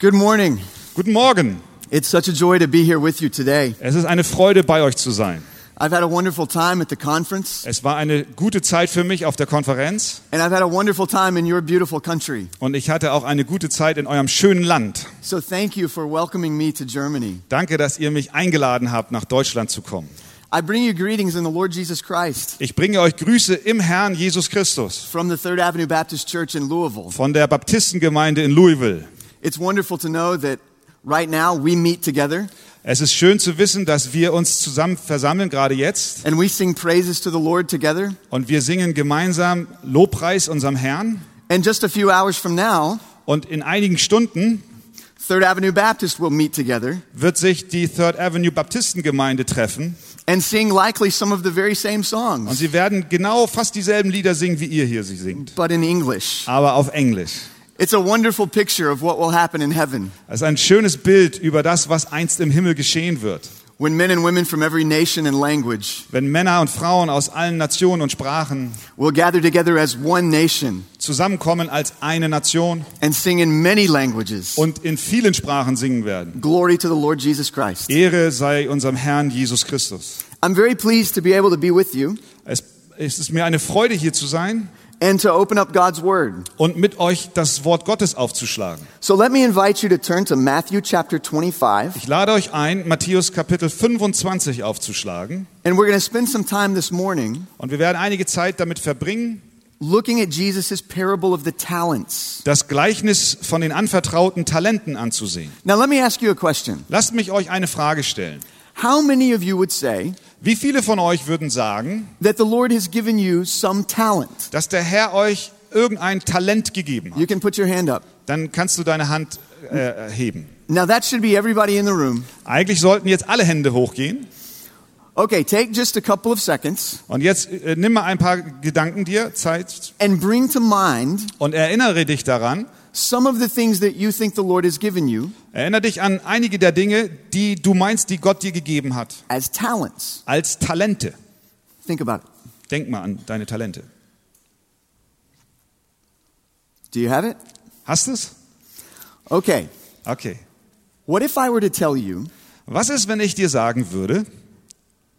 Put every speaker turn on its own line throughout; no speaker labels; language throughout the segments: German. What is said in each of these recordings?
Good morning.
Guten Morgen.
It's such a joy to be here with you today.
Es ist eine Freude, bei euch zu sein.
I've had a wonderful time at the conference,
Es war eine gute Zeit für mich auf der Konferenz
and I've had a wonderful time in your beautiful country.
und ich hatte auch eine gute Zeit in eurem schönen Land.
So thank you for welcoming me to Germany.
Danke, dass ihr mich eingeladen habt, nach Deutschland zu kommen.
I bring you greetings in the Lord Jesus Christ
Ich bringe euch Grüße im Herrn Jesus Christus
from the Third Avenue Baptist Church in Louisville.
von der Baptistengemeinde in Louisville.
It's wonderful to know that right now we meet together
Es ist schön zu wissen, dass wir uns zusammen versammeln, gerade jetzt,
and we sing praises to the Lord together.
und wir singen gemeinsam Lobpreis unserem Herrn.
And just a few hours from now,
Und in einigen Stunden
Third Avenue Baptist will meet together
wird sich die Third Avenue Baptistengemeinde treffen
and sing likely some of the very same
Und
songs,
sie werden genau fast dieselben Lieder singen, wie ihr hier sie singt,
but in English.
aber auf Englisch.
It's a wonderful picture of what will happen in heaven.
Das ist ein schönes Bild über das, was einst im Himmel geschehen wird,
when men and women from every nation and language
wenn Männer und Frauen aus allen Nationen und Sprachen
will gather together as one nation
zusammenkommen als eine Nation
and sing in many languages
und in vielen Sprachen singen werden.
glory to the Lord Jesus Christ.
Ehre sei unserem Herrn Jesus Christus.
I'm very pleased to be able to be with you
Es, es ist mir eine Freude, hier zu sein
and to open up God's Word.
und mit euch das Wort Gottes aufzuschlagen.
So let me invite you to turn to Matthew chapter 25,
Ich lade euch ein, Matthäus Kapitel 25 aufzuschlagen
and we're going to spend some time this morning
und wir werden einige Zeit damit verbringen,
looking at Jesus' parable of the talents.
das Gleichnis von den anvertrauten Talenten anzusehen.
Now, let me ask you a question.
Lasst mich euch eine Frage stellen.
How many of you would say
Wie viele von euch würden sagen,
that the Lord has given you some talent?
dass der Herr euch irgendein Talent gegeben hat?
You can put your hand up.
Dann kannst du deine Hand äh, heben.
Now, that should be everybody in the room.
Eigentlich sollten jetzt alle Hände hochgehen.
Okay, take just a couple of seconds
Und jetzt äh, nimm mal ein paar Gedanken dir, Zeit,
and bring to mind
und erinnere dich daran.
some of the things that you think the Lord has given you
Erinnere dich an einige der Dinge, die du meinst, die Gott dir gegeben hat,
as talents.
als Talente.
Think about it.
Denk mal an deine Talente.
Do you have it?
Hast du es?
Okay.
Okay.
What if I were to tell you
Was ist, wenn ich dir sagen würde,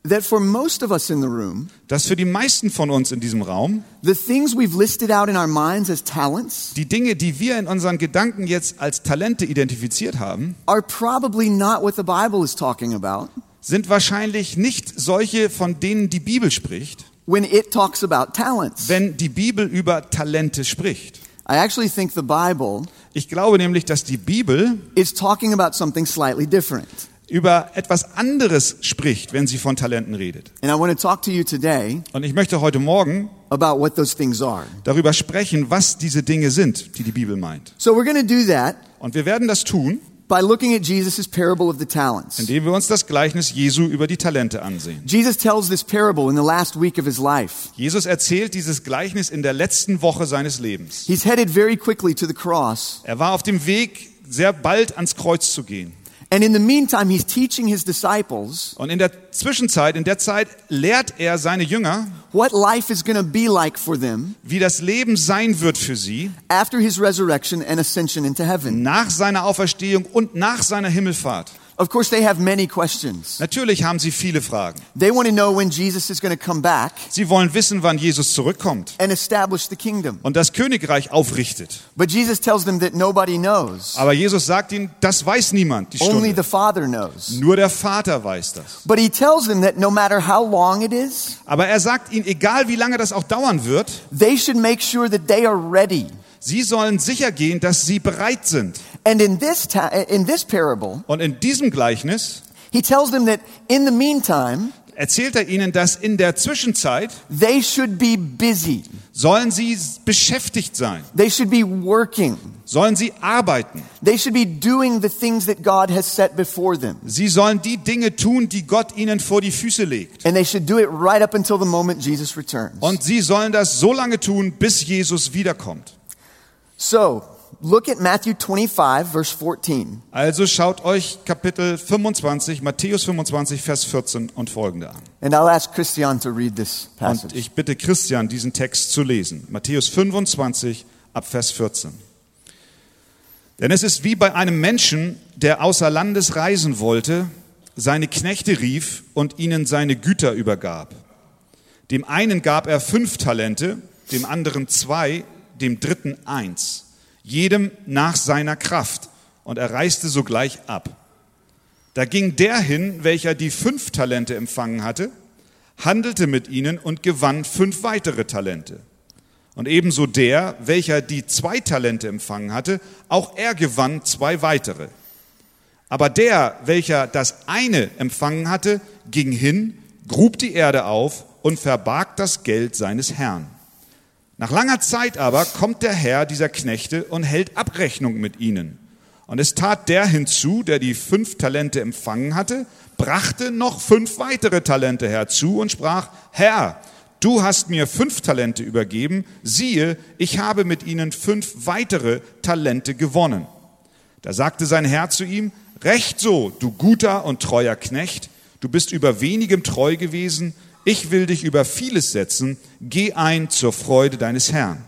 that for most of us in the room,
dass für die meisten von uns in diesem Raum
the things we've listed out in our minds as talents
die Dinge, die wir in unseren Gedanken jetzt als Talente identifiziert haben,
are probably not what the Bible is talking about
sind wahrscheinlich nicht solche, von denen die Bibel spricht,
when it talks about talents?
wenn die Bibel über Talente spricht.
I actually think the Bible
Ich glaube nämlich, dass die Bibel
is talking about something slightly different.
über etwas anderes spricht, wenn sie von Talenten redet.
And I want to talk to you today
Und ich möchte heute Morgen
about what those things are.
darüber sprechen, was diese Dinge sind, die die Bibel meint.
So we're going to do that
Und wir werden das tun,
by looking at Jesus' parable of the talents.
indem wir uns das Gleichnis Jesu über die Talente ansehen.
Jesus tells this parable in the last week of his life.
Jesus erzählt dieses Gleichnis in der letzten Woche seines Lebens.
He's headed very quickly to the cross,
Er war auf dem Weg, sehr bald ans Kreuz zu gehen.
and in the meantime, he's teaching his disciples
Und in der Zwischenzeit, in der Zeit, lehrt er seine Jünger,
what life is going to be like for them
wie das Leben sein wird für sie
after his resurrection and ascension into heaven.
nach seiner Auferstehung und nach seiner Himmelfahrt.
Of course, they have many questions.
Natürlich haben sie viele Fragen.
They want to know when Jesus is going to come back
Sie wollen wissen, wann Jesus zurückkommt
and establish the kingdom.
und das Königreich aufrichtet.
But Jesus tells them that nobody knows,
Aber Jesus sagt ihnen, das weiß niemand, die
only the
Stunde.
Father knows.
Nur der Vater weiß das.
But he tells them that no matter how long it is,
Aber er sagt ihnen, egal wie lange das auch dauern wird,
they should make sure that they are ready.
sie sollen sicher gehen, dass sie bereit sind.
And in this, ta- in this parable,
Und in diesem Gleichnis
He tells them that in the meantime,
erzählt er ihnen, dass in der Zwischenzeit
they should be busy.
sollen sie beschäftigt sein,
They should be working.
sollen sie arbeiten,
They should be doing the things that God has set before them.
sie sollen die Dinge tun, die Gott ihnen vor die Füße legt.
And they should do it right up until the moment Jesus returns.
Und sie sollen das so lange tun, bis Jesus wiederkommt.
So, look at Matthew 25, verse 14.
Also schaut euch Kapitel 25, Matthäus 25, Vers 14 und folgende an.
And I'll ask Christian to read this
Und
passage.
ich bitte Christian, diesen Text zu lesen. Matthäus 25 ab Vers 14. Denn es ist wie bei einem Menschen, der außer Landes reisen wollte, seine Knechte rief und ihnen seine Güter übergab. Dem einen gab er fünf Talente, dem anderen zwei, dem dritten eins, jedem nach seiner Kraft, und er reiste sogleich ab. Da ging der hin, welcher die fünf Talente empfangen hatte, handelte mit ihnen und gewann fünf weitere Talente. Und ebenso der, welcher die zwei Talente empfangen hatte, auch er gewann zwei weitere. Aber der, welcher das eine empfangen hatte, ging hin, grub die Erde auf und verbarg das Geld seines Herrn. Nach langer Zeit aber kommt der Herr dieser Knechte und hält Abrechnung mit ihnen. Und es tat der hinzu, der die fünf Talente empfangen hatte, brachte noch fünf weitere Talente herzu und sprach, Herr, du hast mir fünf Talente übergeben, siehe, ich habe mit ihnen fünf weitere Talente gewonnen. Da sagte sein Herr zu ihm, Recht so, du guter und treuer Knecht, du bist über wenigem treu gewesen, ich will dich über vieles setzen, geh ein zur Freude deines Herrn.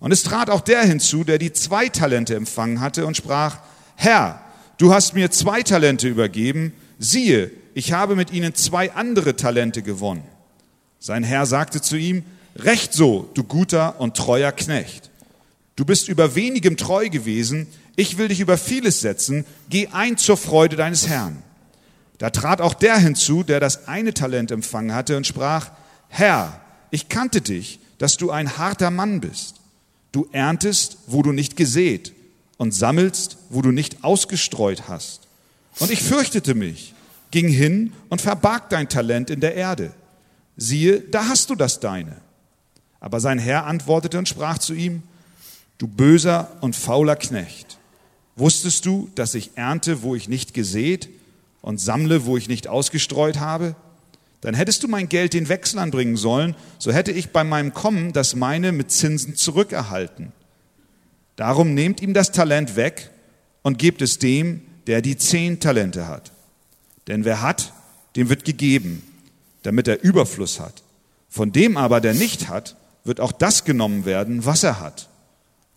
Und es trat auch der hinzu, der die zwei Talente empfangen hatte und sprach, Herr, du hast mir zwei Talente übergeben, siehe, ich habe mit ihnen zwei andere Talente gewonnen. Sein Herr sagte zu ihm, Recht so, du guter und treuer Knecht. Du bist über wenigem treu gewesen, ich will dich über vieles setzen, geh ein zur Freude deines Herrn. Da trat auch der hinzu, der das eine Talent empfangen hatte und sprach, Herr, ich kannte dich, dass du ein harter Mann bist. Du erntest, wo du nicht gesät, und sammelst, wo du nicht ausgestreut hast. Und ich fürchtete mich, ging hin und verbarg dein Talent in der Erde. Siehe, da hast du das deine. Aber sein Herr antwortete und sprach zu ihm, Du böser und fauler Knecht, wusstest du, dass ich ernte, wo ich nicht gesät und sammle, wo ich nicht ausgestreut habe? Dann hättest du mein Geld den Wechseln bringen sollen, so hätte ich bei meinem Kommen das meine mit Zinsen zurückerhalten. Darum nehmt ihm das Talent weg und gebt es dem, der die zehn Talente hat. Denn wer hat, dem wird gegeben, damit er Überfluss hat. Von dem aber, der nicht hat, wird auch das genommen werden, was er hat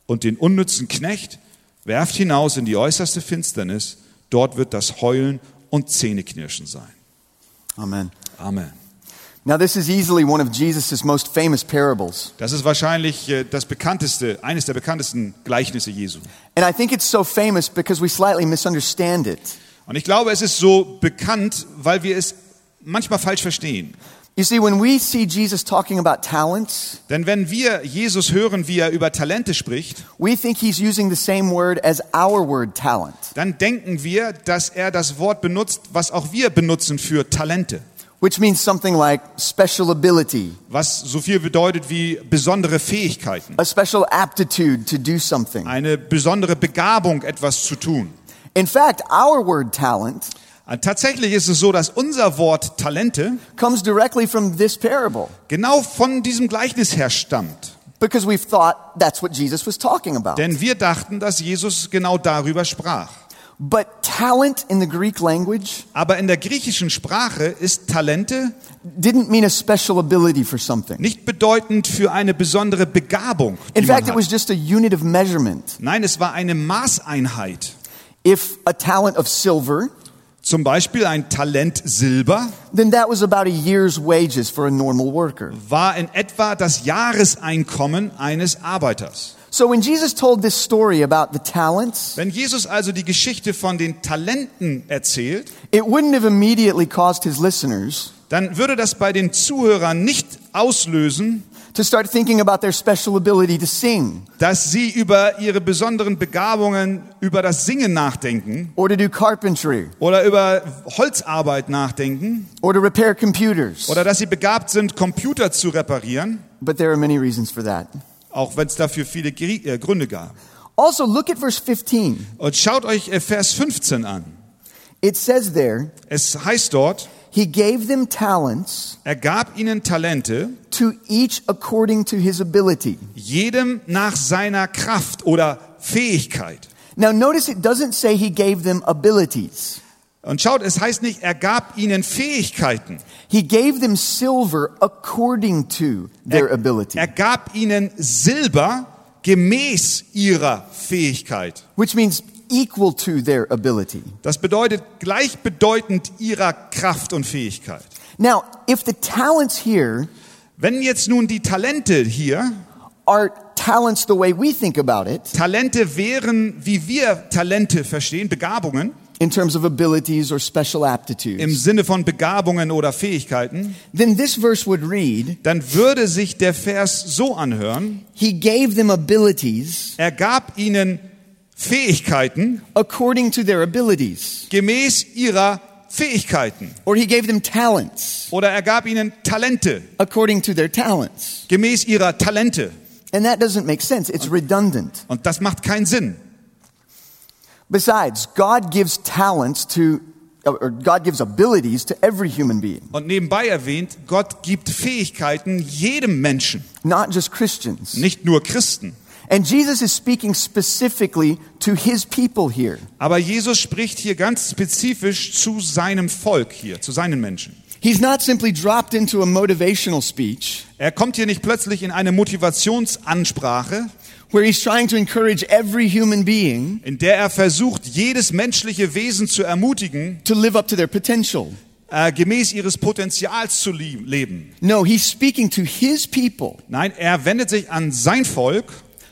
und den unnützen Knecht werft hinaus in die äußerste Finsternis. Dort wird das Heulen und Zähneknirschen sein.
Amen.
Amen.
Now, this is easily one of Jesus' most famous parables.
Das ist wahrscheinlich äh, das bekannteste, eines der bekanntesten Gleichnisse Jesu.
And I think it's so famous because we slightly misunderstand it.
Und ich glaube, es ist so bekannt, weil wir es manchmal falsch verstehen.
You see, when we see Jesus talking about talents,
Denn wenn wir Jesus hören, wie er über Talente spricht,
we think he's using the same word as our word talent,
dann denken wir, dass er das Wort benutzt, was auch wir benutzen für Talente,
which means something like special ability,
was so viel bedeutet wie besondere Fähigkeiten,
a special aptitude to do something.
eine besondere Begabung, etwas zu tun.
In fact, our word talent
Ah, Tatsächlich ist es so, dass unser Wort Talente
comes directly from this parable
genau von diesem Gleichnis her stammt.
because we've thought that's what Jesus was talking about.
Denn wir dachten, dass Jesus genau darüber sprach.
But talent in the Greek language
Aber in der griechischen Sprache ist Talente
didn't mean a special ability for something.
nicht bedeutend für eine besondere Begabung. Die
In fact, it
man
was
hat.
just a unit of measurement.
Nein, es war eine Maßeinheit.
If a talent of silver,
Zum Beispiel ein Talent Silber
then that was about a year's wages for a normal worker.
war in etwa das Jahreseinkommen eines Arbeiters.
So when Jesus told this story about the talents,
Wenn Jesus also die Geschichte von den Talenten erzählt,
it wouldn't have immediately caused his listeners
dann würde das bei den Zuhörern nicht auslösen,
to start thinking about their special ability to sing
dass sie über ihre besonderen Begabungen, über das Singen nachdenken
or to do carpentry
oder über Holzarbeit nachdenken
or to repair computers.
oder dass sie begabt sind, Computer zu reparieren,
But there are many reasons for that.
auch wenn es dafür viele Grie- äh, Gründe gab.
Also, look at verse 15.
Und schaut euch äh, Vers 15 an.
It says there,
Es heißt dort,
He gave them talents
er gab ihnen Talente,
to each according to his ability.
jedem nach seiner Kraft oder Fähigkeit.
Now, notice it doesn't say He gave them abilities,
Und schaut, es heißt nicht, er gab ihnen Fähigkeiten.
He gave them silver according to their
Er
ability.
gab ihnen Silber gemäß ihrer Fähigkeit.
which means equal to their ability.
Das bedeutet gleichbedeutend ihrer Kraft und Fähigkeit.
Now, if the talents here
Wenn jetzt nun die Talente hier,
are talents the way we think about it,
Talente wären, wie wir Talente verstehen, Begabungen
in terms of abilities or special
im
aptitudes,
Sinne von Begabungen oder Fähigkeiten,
then this verse would read,
dann würde sich der Vers so anhören,
He gave them abilities
er gab ihnen Fähigkeiten
according to their abilities,
gemäß ihrer Fähigkeiten
or He gave them talents
oder er gab ihnen Talente
according to their talents.
gemäß ihrer Talente.
And that doesn't make sense. It's redundant.
Und das macht keinen Sinn.
Besides, God gives talents to, or God gives abilities to every human being,
Und nebenbei erwähnt, Gott gibt Fähigkeiten jedem Menschen,
not just Christians.
nicht nur Christen.
And Jesus is speaking specifically to his people here.
Aber Jesus spricht hier ganz spezifisch zu seinem Volk hier, zu seinen Menschen.
He's not simply dropped into a motivational speech
Er kommt hier nicht plötzlich in eine Motivationsansprache,
where he's trying to encourage every human being
in der er versucht, jedes menschliche Wesen zu ermutigen,
to live up to their potential.
äh, gemäß ihres Potenzials zu lie- leben.
No, he's speaking to his people,
Nein, er wendet sich an sein Volk,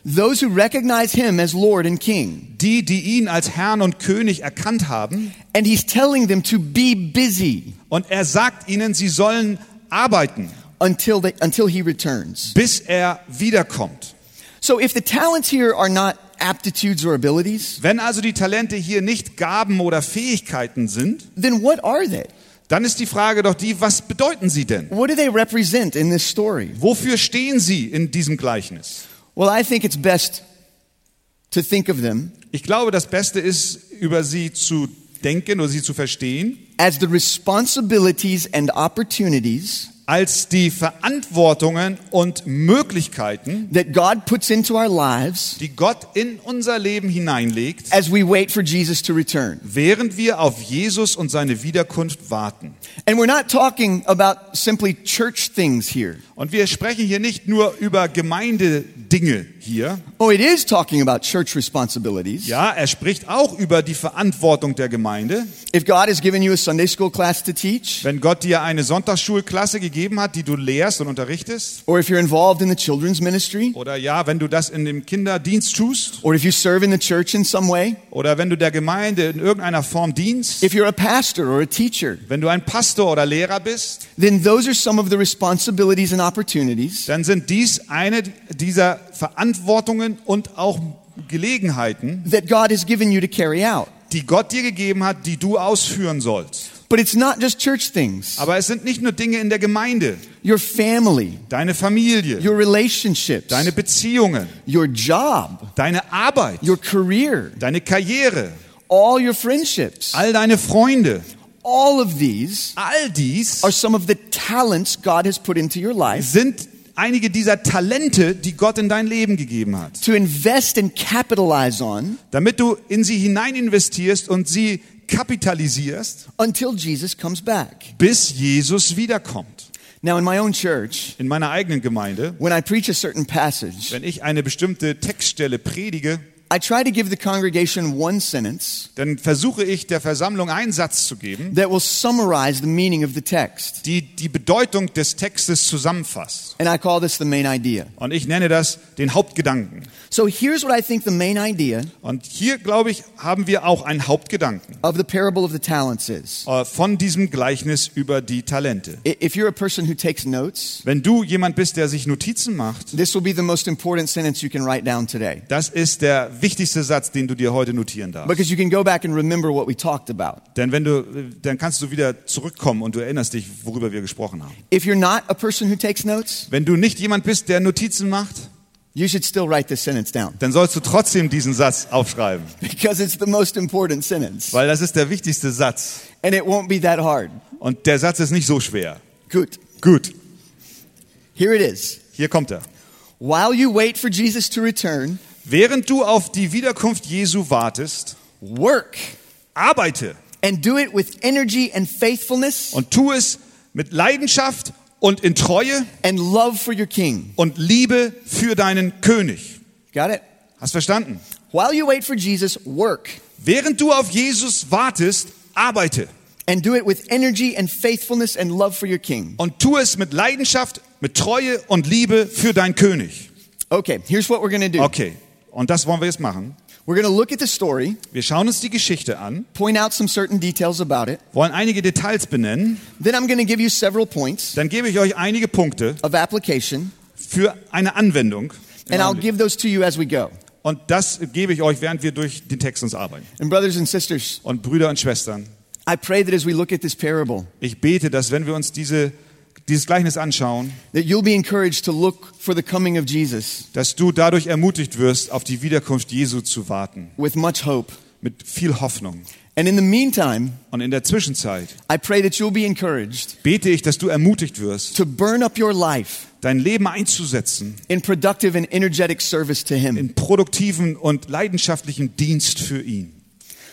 those who recognize him as Lord and King.
die, die ihn als Herrn und König erkannt haben,
And he's telling them to be busy
und er sagt ihnen, sie sollen arbeiten,
until, they, until he returns.
bis er wiederkommt.
So if the talents here are not aptitudes or abilities,
Wenn also die Talente hier nicht Gaben oder Fähigkeiten sind,
then what are they?
dann ist die Frage doch die, was bedeuten sie denn?
What do they represent in this story?
Wofür stehen sie in diesem Gleichnis?
Well, I think it's best to think of them
Ich glaube, das Beste ist, über sie zu denken oder sie zu verstehen,
as the responsibilities and opportunities
als die Verantwortungen und Möglichkeiten,
that God puts into our lives
die Gott in unser Leben hineinlegt,
as we wait for Jesus to return.
während wir auf Jesus und seine Wiederkunft warten.
And we're not talking about simply church things here.
Und wir sprechen hier nicht nur über Gemeindedinge hier.
Oh, it is talking about church responsibilities.
Ja, er spricht auch über die Verantwortung der Gemeinde.
If God has given you a Sunday school class to teach,
Wenn Gott dir eine Sonntagsschulklasse gegeben hat, die du lehrst und unterrichtest,
or if you're involved in the children's ministry,
oder ja, wenn du das in dem Kinderdienst tust,
or if you serve in the church in some way,
oder wenn du der Gemeinde in irgendeiner Form dienst,
if you're a pastor or a teacher,
wenn du ein Pastor oder Lehrer bist,
then those are some of the responsibilities and opportunities
dann sind dies eine dieser Verantwortungen und auch Gelegenheiten,
that God has given you to carry out.
die Gott dir gegeben hat, die du ausführen sollst.
But it's not just church things.
Aber es sind nicht nur Dinge in der Gemeinde,
Your family,
deine Familie,
your relationships,
deine Beziehungen,
your job,
deine Arbeit,
your career,
deine Karriere,
all your friendships.
all deine Freunde,
All of these
all dies
are some of the talents God has put into your life
sind einige dieser Talente, die Gott in dein Leben gegeben hat.
to invest and capitalize on
damit du in sie hinein investierst und sie kapitalisierst,
until Jesus comes back.
bis Jesus wiederkommt.
Now, in my own church,
In meiner eigenen Gemeinde,
when I preach a certain passage,
wenn ich eine bestimmte Textstelle predige,
I try to give the congregation one sentence
dann versuche ich der Versammlung einen Satz zu geben,
that will summarize the meaning of the text.
die die Bedeutung des Textes zusammenfasst.
And I call this the main idea.
Und ich nenne das den Hauptgedanken.
So here's what I think the main idea
Und hier, glaube ich, haben wir auch einen Hauptgedanken
of the parable of the talents is.
äh, von diesem Gleichnis über die Talente.
I- If you're a person who takes notes,
Wenn du jemand bist, der sich Notizen macht,
this will be the most important sentence you can write down today
das ist der wichtigste Satz, den du dir heute notieren darfst.
because you can go back and remember what we talked about.
Denn wenn du, äh, dann kannst du wieder zurückkommen und du erinnerst dich, worüber wir gesprochen haben.
If you're not a person who takes notes,
Wenn du nicht jemand bist, der Notizen macht,
you should still write this sentence down
dann sollst du trotzdem diesen Satz aufschreiben,
because it's the most important sentence
weil das ist der wichtigste Satz.
and it won't be that hard.
Und der Satz ist nicht so schwer.
Good.
Gut,
Here it is.
hier kommt er.
While you wait for Jesus to return,
Während du auf die Wiederkunft Jesu wartest,
work
arbeite
and do it with energy and faithfulness
und tu es mit Leidenschaft und in Treue
and love for your king.
und Liebe für deinen König.
Got it?
Hast verstanden?
While you wait for Jesus, work
Während du auf Jesus wartest, arbeite
and do it with energy and faithfulness and love for your king.
und tu es mit Leidenschaft, mit Treue und Liebe für deinen König.
Okay, here's what we're going to do.
Okay, und das wollen wir jetzt machen.
We're going to look at the story,
Wir schauen uns die Geschichte an,
point out some certain details about it.
wollen einige Details benennen,
Then I'm going to give you several points
dann gebe ich euch einige Punkte
of application,
für eine Anwendung. in
and I'll
eurem Leben.
give those to you as we go.
Und das gebe ich euch, während wir durch den Text uns arbeiten.
And brothers and sisters,
Und Brüder und Schwestern,
I pray that as we look at this parable,
ich bete, dass wenn wir uns diese, dieses Gleichnis anschauen,
that you'll be encouraged to look for the coming of Jesus
dass du dadurch ermutigt wirst, auf die Wiederkunft Jesu zu warten,
with much hope.
mit viel Hoffnung.
And in the meantime,
Und in der Zwischenzeit
I pray that you'll be encouraged
bete ich, dass du ermutigt wirst,
to burn up your life
dein Leben einzusetzen
in productive and energetic service to Him.
in produktiven und leidenschaftlichen Dienst für ihn.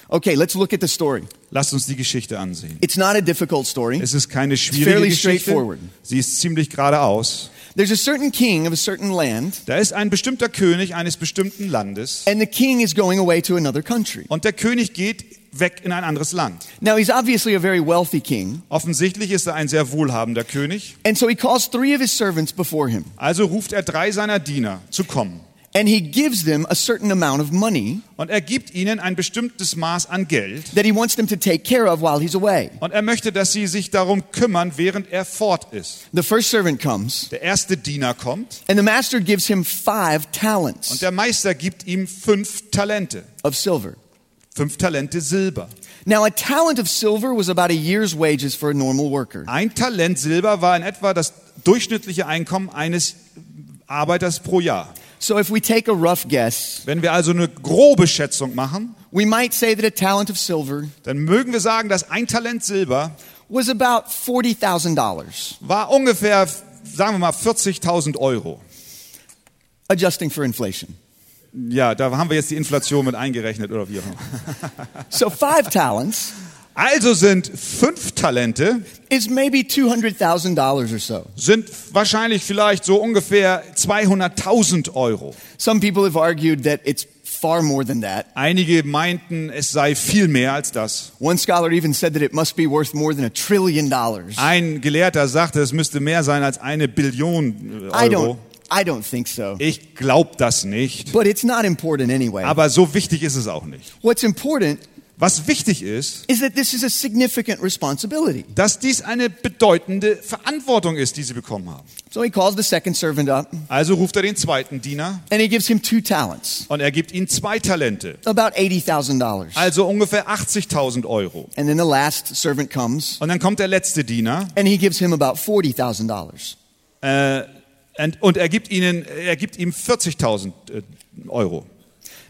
Okay, let's look at the story.
Lasst uns die Geschichte ansehen.
It's not a difficult story.
Es ist keine
fairly
schwierige Geschichte.
straightforward.
Sie ist ziemlich geradeaus.
There's a certain king of a certain land,
Da ist ein bestimmter König eines bestimmten Landes
and the king is going away to another country.
und der König geht weg in ein anderes Land.
Now, he's obviously a very wealthy king,
Offensichtlich ist er ein sehr wohlhabender König,
and so he calls three of his servants before him,
also ruft er drei seiner Diener zu kommen
and he gives them a certain amount of money
und er gibt ihnen ein bestimmtes Maß an Geld
that he wants them to take care of while he's away.
und er möchte, dass sie sich darum kümmern, während er fort ist.
The first servant comes,
Der erste Diener kommt
and the master gives him five
und
talents
der Meister gibt ihm fünf Talente,
of silver.
fünf Talente Silber.
Now, a talent of silver was about a year's wages for a normal worker.
Ein Talent Silber war in etwa das durchschnittliche Einkommen eines Arbeiters pro Jahr.
So, if we take a rough guess,
Wenn wir also eine grobe Schätzung machen,
we might say that a talent of silver
dann mögen wir sagen, dass ein Talent Silber
was about $40,000,
war ungefähr, sagen wir mal, 40.000 Euro.
adjusting for inflation.
Ja, da haben wir jetzt die Inflation mit eingerechnet oder wie auch immer.
So, five talents
Also sind fünf Talente,
is maybe $200,000 or so.
sind wahrscheinlich vielleicht so ungefähr 200.000 Euro.
Some people have argued that it's far more than that.
Einige meinten, es sei viel mehr als das.
One scholar even said that it must be worth more than a trillion dollars.
Ein Gelehrter sagte, es müsste mehr sein als eine Billion äh,
I
Euro.
don't I don't think so.
Ich glaube das nicht.
But it's not important anyway.
Aber so wichtig ist es auch nicht.
What's important
Was wichtig ist,
is that this is a significant responsibility.
dass dies eine bedeutende Verantwortung ist, die sie bekommen haben.
So he calls the second servant up
Also ruft er den zweiten Diener
and he gives him two talents,
und er gibt ihm zwei Talente,
about $80,000.
also ungefähr 80.000 Euro.
And then the last servant comes
Und dann kommt der letzte Diener
and he gives him about $40,000.
äh, und, und er gibt ihnen, er gibt ihm 40.000 äh, Euro.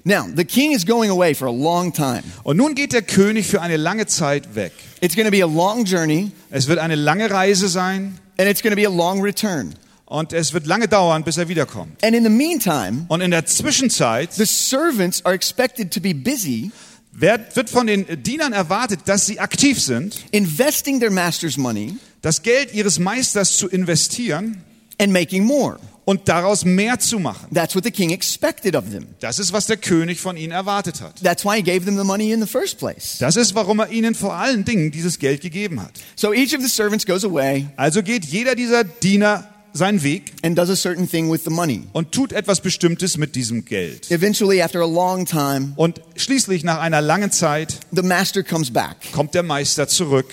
Now, the king is going away for a long time.
Und nun geht der König für eine lange Zeit weg.
It's going to be a long journey
Es wird eine lange Reise sein
and it's going to be a long return.
und es wird lange dauern, bis er wiederkommt.
And in the meantime,
Und in der Zwischenzeit
The servants are expected to be busy
wird, wird von den Dienern erwartet, dass sie aktiv sind,
investing their master's money
das Geld ihres Meisters zu investieren
and making more.
und daraus mehr zu machen.
That's what the king expected of them.
Das ist, was der König von ihnen erwartet hat.
That's why he gave them the money in the first place.
Das ist, warum er ihnen vor allen Dingen dieses Geld gegeben hat.
So each of the servants goes away
Also geht jeder dieser Diener seinen Weg
and does a certain thing with the money.
und tut etwas Bestimmtes mit diesem Geld.
Eventually, after a long time,
Und schließlich nach einer langen Zeit
the master comes back
kommt der Meister zurück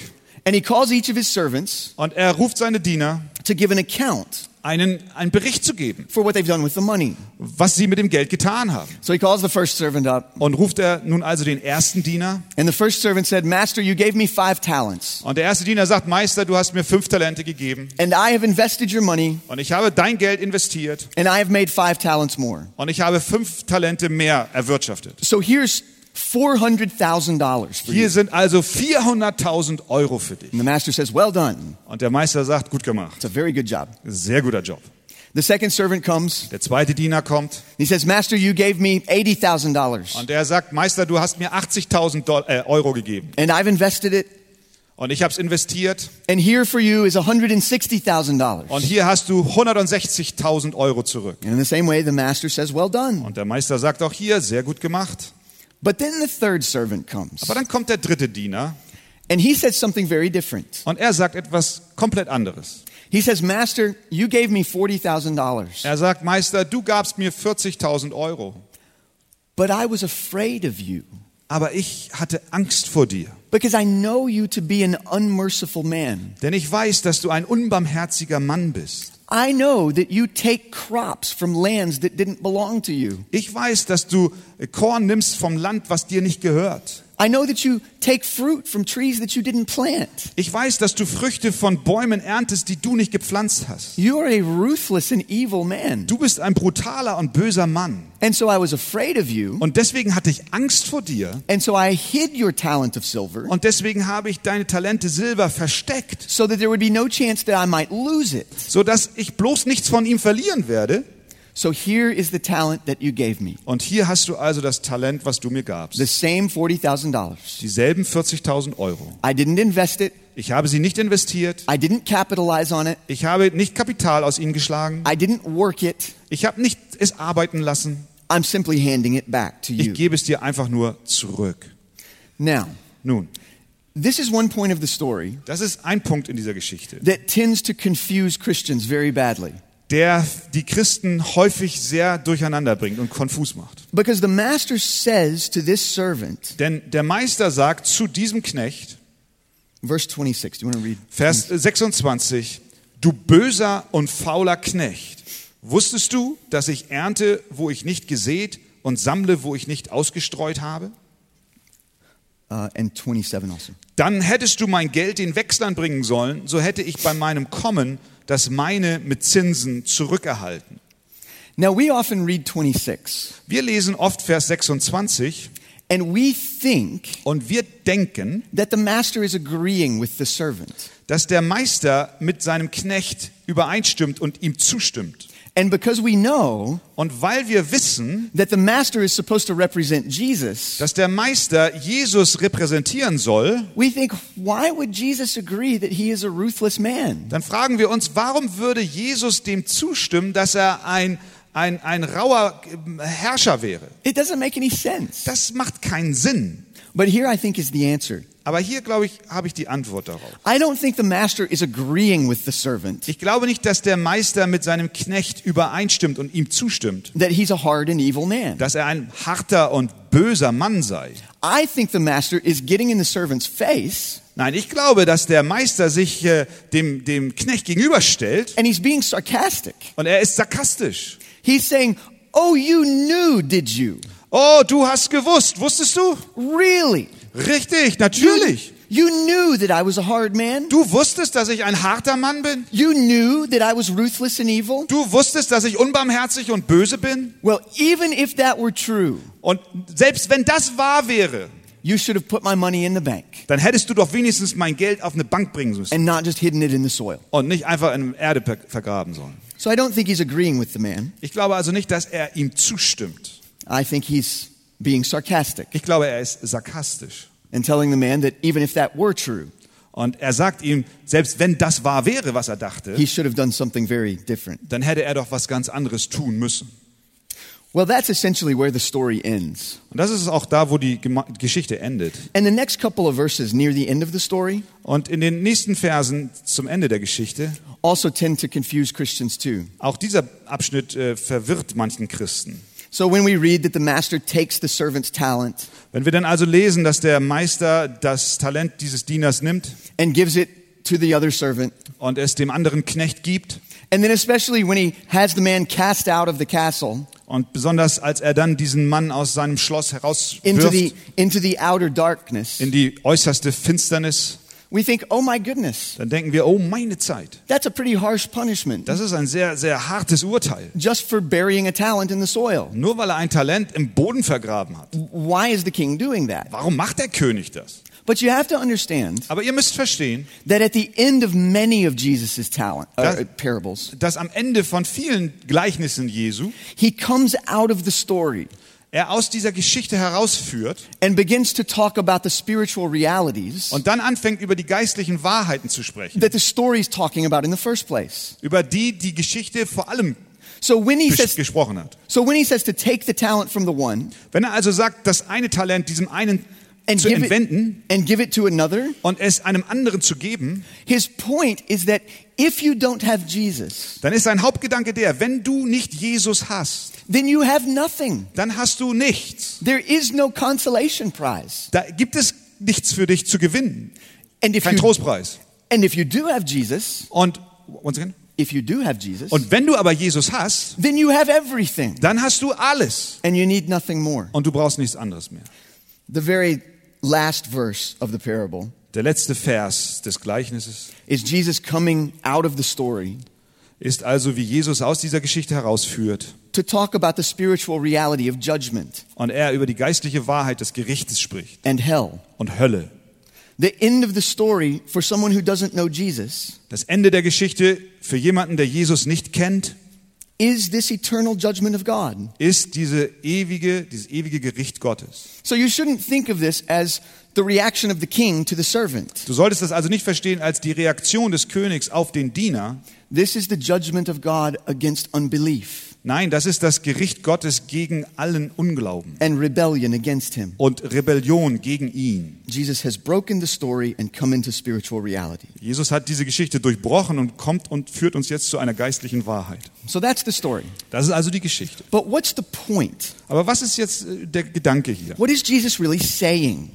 and he calls each of his servants
und er ruft seine Diener,
to give an account
einen, einen Bericht zu geben,
for what they've done with the money.
was sie mit dem Geld getan haben.
So he calls the first servant up,
Und ruft er nun also den ersten Diener
and the first servant said, Master, you gave me five talents,
und der erste Diener sagt, Meister, du hast mir fünf Talente gegeben
and I have invested your money,
und ich habe dein Geld investiert
and I have made five talents more.
und ich habe fünf Talente mehr erwirtschaftet.
So here's four hundred thousand dollars for you.
Hier sind also 400.000 Euro für dich.
And the master says, "Well done.
Und der Meister sagt, gut gemacht,
It's a very good job."
sehr guter Job.
The second servant comes.
Der zweite Diener kommt
He says, "Master, you gave me eighty thousand dollars,
und er sagt, Meister, du hast mir 80.000 Doll- äh, Euro gegeben
and I've invested it,
Und ich habe es investiert.
And here for you is $160,000.
Und hier hast du 160.000 Euro zurück.
And in the same way, the master says, Well done.
Und der Meister sagt auch hier, sehr gut gemacht.
But then the third servant comes.
Aber dann kommt der dritte Diener
And he says something very different.
und er sagt etwas komplett anderes.
He says, Master, you gave me $40,000,
Er sagt, Meister, du gabst mir 40.000 Euro,
but I was afraid of you
aber ich hatte Angst vor dir,
because I know you to be an unmerciful man.
denn ich weiß, dass du ein unbarmherziger Mann bist.
I know that you take crops from lands that didn't belong to you.
Ich weiß, dass du Korn nimmst vom Land, was dir nicht gehört.
I know that you take fruit from trees that you didn't plant.
Ich weiß, dass du Früchte von Bäumen erntest, die du nicht gepflanzt hast.
You are a ruthless and evil man.
Du bist ein brutaler und böser Mann.
And so I was afraid of you.
Und deswegen hatte ich Angst vor dir.
And so I hid your talent of silver
Und deswegen habe ich deine Talente Silber versteckt,
so that there would be no chance that I might lose it.
sodass ich bloß nichts von ihm verlieren werde.
So here is the talent that you gave me
Und hier hast du also das Talent, was du mir gabst.
the same $40,000.
Dieselben 40.000 Euro.
I didn't invest it,
Ich habe sie nicht investiert.
I didn't capitalize on it,
Ich habe nicht Kapital aus ihnen geschlagen.
I didn't work it.
Ich habe nicht es arbeiten lassen.
I'm simply handing it back to
Ich
you.
gebe es dir einfach nur zurück.
Now,
Nun,
this is one point of the story
das ist ein Punkt in dieser Geschichte,
that tends to confuse Christians very badly.
der die Christen häufig sehr durcheinander bringt und konfus macht.
Because the master says to this servant,
Denn der Meister sagt zu diesem Knecht,
verse 26, do you want to read?
Vers 26, du böser und fauler Knecht, wusstest du, dass ich ernte, wo ich nicht gesät und sammle, wo ich nicht ausgestreut habe?
Uh, and 27 also.
Dann hättest du mein Geld den Wechslern bringen sollen, so hätte ich bei meinem Kommen das meine mit Zinsen zurückerhalten.
Now, we often read 26,
Wir lesen oft Vers 26
and we think
und wir denken,
that the master is agreeing with the servant.
dass der Meister mit seinem Knecht übereinstimmt und ihm zustimmt.
And because we know
Und weil wir wissen,
that the master is supposed to represent Jesus,
dass der Meister Jesus repräsentieren soll,
we think, why would Jesus agree that he is a ruthless man?
dann fragen wir uns, warum würde Jesus dem zustimmen, dass er ein, ein, ein rauer äh, Herrscher wäre?
It doesn't make any sense.
Das macht keinen Sinn.
But here I think is the answer.
Aber hier, glaube ich, habe ich die Antwort darauf.
I don't think the master is agreeing with the servant
Ich glaube nicht, dass der Meister mit seinem Knecht übereinstimmt und ihm zustimmt,
that he's a hard and evil man.
dass er ein harter und böser Mann sei.
I think the master is getting in the servant's face
Nein, ich glaube, dass der Meister sich äh, dem, dem Knecht gegenüberstellt
and he's being sarcastic.
und er ist sarkastisch.
He's saying, Oh, you knew, did you?
Oh, du hast gewusst, wusstest du?
Really?
Richtig, natürlich.
You knew that I was a hard man?
Du wusstest, dass ich ein harter Mann bin?
You knew that I was ruthless and evil?
Du wusstest, dass ich unbarmherzig und böse bin?
Well, even if that were true,
Und selbst wenn das wahr wäre,
you should have put my money in the bank
dann hättest du doch wenigstens mein Geld auf eine Bank bringen müssen
and not just hidden it in the soil.
und nicht einfach in Erde per- vergraben sollen.
So I don't think he's agreeing with the man.
Ich glaube also nicht, dass er ihm zustimmt.
I think he's being sarcastic
Ich glaube, er ist sarkastisch.
and telling the man that even if that were true,
Und er sagt ihm, selbst wenn das wahr wäre, was er dachte,
he should have done something very different.
dann hätte er doch was ganz anderes tun müssen.
Well, that's essentially where the story ends.
Und das ist auch da, wo die Gema- Geschichte endet.
And the next couple of verses near the end of the story
Und in den nächsten Versen zum Ende der Geschichte,
also tend to confuse Christians too.
auch dieser Abschnitt äh, verwirrt manchen Christen.
So when we read that the master takes the servant's talent
Wenn wir dann also lesen, dass der Meister das Talent dieses Dieners nimmt
and gives it to the other servant,
und es dem anderen Knecht gibt,
and then especially when he has the man cast out of the castle
und besonders als er dann diesen Mann aus seinem Schloss
into the,
herauswirft
into the outer darkness,
in die äußerste Finsternis,
we think, oh my goodness,
dann denken wir, oh meine Zeit,
that's a pretty harsh punishment
das ist ein sehr, sehr hartes Urteil.
just for burying a talent in the soil.
Nur weil er ein Talent im Boden vergraben hat.
Why is the king doing that?
Warum macht der König das?
But you have to understand
Aber ihr müsst verstehen,
that at the end of many of Jesus' talent uh,
That-
uh, parables,
dass am Ende von vielen Gleichnissen Jesu,
he comes out of the story
er- er aus dieser Geschichte herausführt
and begins to talk about the spiritual realities
und dann anfängt, über die geistlichen Wahrheiten zu sprechen,
that the story is talking about in the first place.
über die die Geschichte vor allem
So when he
ges-
says
gesprochen hat.
so when he says to take the talent from the one
Wenn er also sagt, das eine Talent diesem einen
and
zu
give
entwenden
it, and give it to another,
und es einem anderen zu geben,
his point is that if you don't have Jesus,
dann ist sein Hauptgedanke der, wenn du nicht Jesus hast,
then you have nothing.
dann hast du nichts.
There is no consolation prize.
Da gibt es nichts für dich zu gewinnen,
And if
kein
you
Trostpreis.
and if you do have Jesus,
Und, once again.
if you do have Jesus,
und wenn du aber Jesus hast,
then you have everything
dann hast du alles
and you need nothing more.
und du brauchst nichts anderes mehr.
The very last verse of the parable
Der letzte Vers des Gleichnisses
is Jesus coming out of the story
ist also, wie Jesus aus dieser Geschichte herausführt
to talk about the spiritual reality of judgment
und er über die geistliche Wahrheit des Gerichtes spricht
and hell.
und Hölle.
The end of the story for someone who doesn't know Jesus
Das Ende der Geschichte für jemanden, der Jesus nicht kennt,
is this eternal judgment of God.
ist diese ewige, dieses ewige Gericht Gottes.
So you shouldn't think of this as the reaction of the king to the servant.
Du solltest das also nicht verstehen als die Reaktion des Königs auf den Diener.
This is the judgment of God against unbelief
Nein, das ist das Gericht Gottes gegen allen Unglauben
and rebellion against him.
und Rebellion gegen ihn.
Jesus has broken the story and come into spiritual reality.
Jesus hat diese Geschichte durchbrochen und kommt und führt uns jetzt zu einer geistlichen Wahrheit.
So that's the story.
Das ist also die Geschichte.
But what's the point?
Aber was ist jetzt äh, der Gedanke hier?
What is Jesus really saying?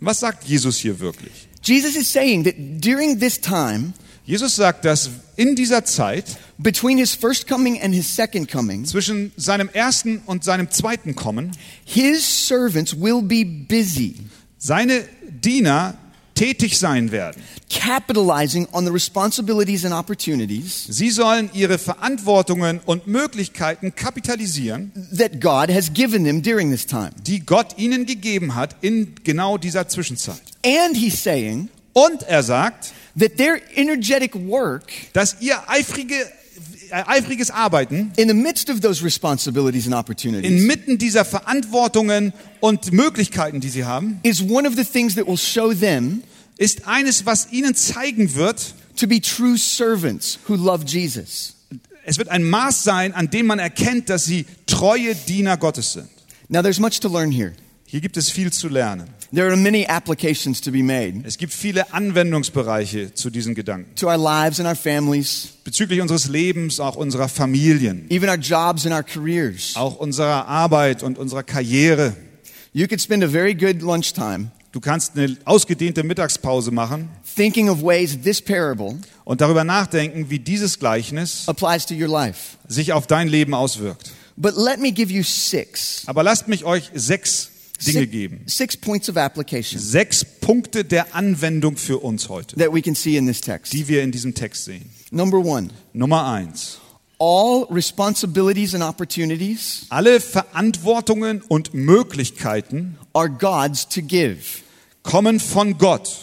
Was sagt Jesus hier wirklich?
Jesus is saying that during this time,
Jesus sagt, dass in dieser Zeit
between his first coming and his second coming,
zwischen seinem ersten und seinem zweiten Kommen
his servants will be busy
seine Diener tätig sein werden.
capitalizing on the responsibilities and opportunities
Sie sollen ihre Verantwortungen und Möglichkeiten kapitalisieren,
that God has given them during this time.
die Gott ihnen gegeben hat in genau dieser Zwischenzeit.
And he's saying
Und er sagt,
that their energetic work
dass ihr eifrige, äh, eifriges Arbeiten
in the midst of those responsibilities and opportunities
inmitten dieser Verantwortungen und Möglichkeiten, die sie haben,
is one of the things that will show them
ist eines, was ihnen zeigen wird,
to be true servants who love Jesus.
es wird ein Maß sein, an dem man erkennt, dass sie treue Diener Gottes sind.
Now, there's much to learn here.
Hier gibt es viel zu lernen.
There are many applications to be made
Es gibt viele Anwendungsbereiche zu diesen Gedanken.
to our lives and our families,
bezüglich unseres Lebens, auch unserer Familien,
even our jobs and our careers.
auch unserer Arbeit und unserer Karriere.
You could spend a very good lunchtime
Du kannst eine ausgedehnte Mittagspause machen
thinking of ways this parable
und darüber nachdenken, wie dieses Gleichnis
applies to your life.
sich auf dein Leben auswirkt.
But let me give you six.
Aber lasst mich euch sechs Dinge
six-
geben.
six points of application
Sechs Punkte der Anwendung für uns heute,
that we can see in this text.
die wir in diesem Text sehen.
Number one,
Nummer eins.
all responsibilities and opportunities
Alle Verantwortungen und Möglichkeiten
are God's to give,
kommen von Gott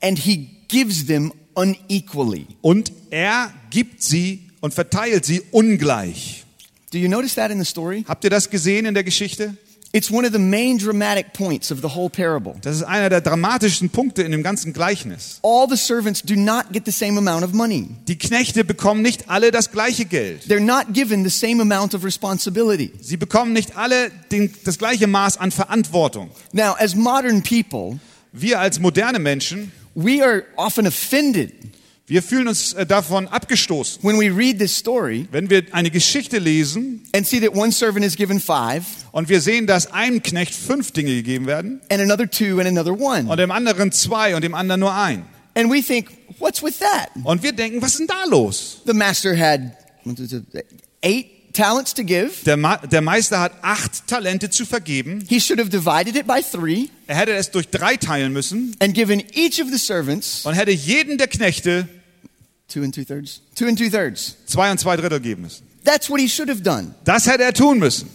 and He gives them unequally.
und er gibt sie und verteilt sie ungleich.
Do you notice that in the story?
Habt ihr das gesehen in der Geschichte?
It's one of the main dramatic points of the whole parable.
Das ist einer der dramatischsten Punkte in dem ganzen Gleichnis.
All the servants do not get the same amount of money.
Die Knechte bekommen nicht alle das gleiche Geld.
They're not given the same amount of responsibility.
Sie bekommen nicht alle den, das gleiche Maß an Verantwortung.
Now, as modern people,
Wir als moderne Menschen,
we are often offended
wir fühlen uns äh, davon abgestoßen.
when we read this story
Wenn wir eine Geschichte lesen
and see that one servant is given five,
und wir sehen, dass einem Knecht fünf Dinge gegeben werden
and another two, and another one.
und dem anderen zwei und dem anderen nur ein.
And we think, what's with that?
Und wir denken, was ist denn da los?
The master had eight talents to give.
Der, Ma der Meister hat acht Talente zu vergeben.
He should have divided it by three
Er hätte es durch drei teilen müssen
and given each of the servants
und hätte jeden der Knechte
two and two thirds. Two and two thirds.
zwei und zwei Drittel geben müssen.
That's what he should have done.
Das hätte er tun müssen.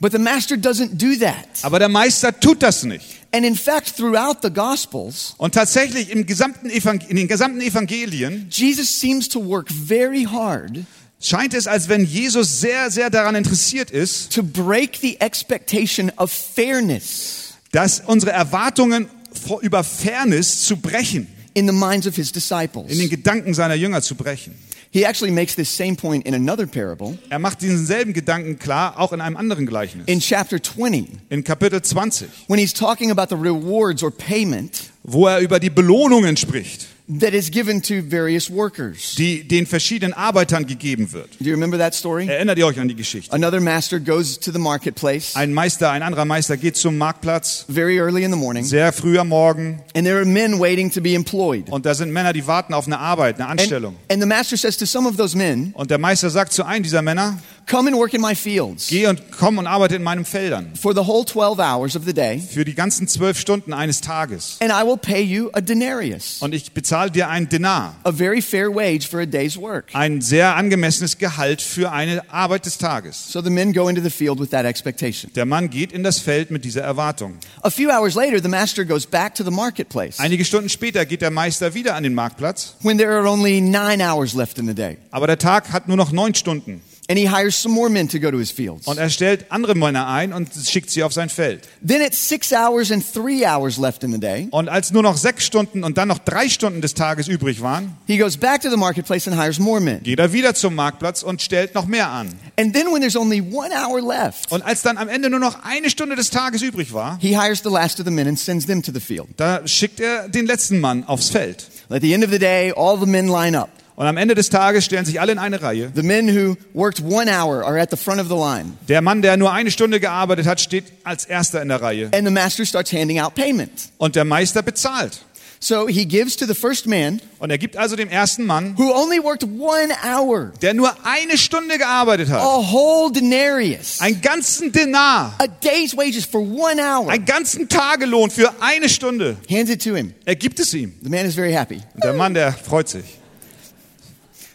But the master doesn't do that.
Aber der Meister tut das nicht.
And in fact, throughout the Gospels,
Und tatsächlich im gesamten Evang- in den gesamten Evangelien
Jesus seems to work very hard
scheint es, als wenn Jesus sehr, sehr daran interessiert ist,
to break the expectation of fairness
dass unsere Erwartungen vor- über Fairness zu brechen,
in the minds of his disciples.
in den Gedanken seiner Jünger zu brechen.
He actually makes this same point in another parable.
Er macht diesen selben Gedanken klar, auch in einem anderen Gleichnis.
In chapter 20,
In Kapitel 20,
when he's talking about the rewards or payment
wo er über die Belohnungen spricht,
that is given to various workers.
die den verschiedenen Arbeitern gegeben wird.
Do you remember that story?
Erinnert ihr euch an die Geschichte?
Another master goes to the marketplace
Ein Meister, ein anderer Meister geht zum Marktplatz,
very early in the morning,
sehr früh am Morgen,
and there are men waiting to be employed.
und da sind Männer, die warten auf eine Arbeit, eine
And,
Anstellung.
and the master says to some of those men,
Und der Meister sagt zu einem dieser Männer,
Come and work in my fields.
geh und komm und arbeite in meinen Feldern
for the whole 12 hours of the day,
für die ganzen zwölf Stunden eines Tages.
and I will pay you a denarius,
Und ich bezahle dir einen Denar,
a very fair wage for a day's work.
ein sehr angemessenes Gehalt für eine Arbeit des Tages.
So the men go into the field with that expectation.
Der Mann geht in das Feld mit dieser Erwartung.
A few hours later, the master goes back to the marketplace
Einige Stunden später geht der Meister wieder an den Marktplatz,
when there are only nine hours left in the day,
aber der Tag hat nur noch neun Stunden.
and he hires some more men to go to his fields.
Und er stellt andere Männer ein und schickt sie auf sein Feld.
Then it's six hours and three hours left in the day.
Und als nur noch sechs Stunden und dann noch drei Stunden des Tages übrig waren,
He goes back to the marketplace and hires more men.
geht er wieder zum Marktplatz und stellt noch mehr an.
And then when there's only one hour left,
Und als dann am Ende nur noch eine Stunde des Tages übrig war,
he hires the last of the men and sends them to the field.
da schickt er den letzten Mann aufs Feld.
At the end of the day, all the men line up.
Und am Ende des Tages stellen sich alle in eine Reihe.
The men who worked one hour are at the front of the line,
Der Mann, der nur eine Stunde gearbeitet hat, steht als erster in der Reihe.
and the master starts handing out payment.
Und der Meister bezahlt.
So he gives to the first man
Und er gibt also dem ersten Mann,
who only worked one hour
der nur eine Stunde gearbeitet hat,
a whole denarius,
einen ganzen Denar,
a day's wages for one hour,
einen ganzen Tagelohn für eine Stunde.
hands it to him.
Er gibt es ihm.
The man is very happy.
Und der Mann, der freut sich.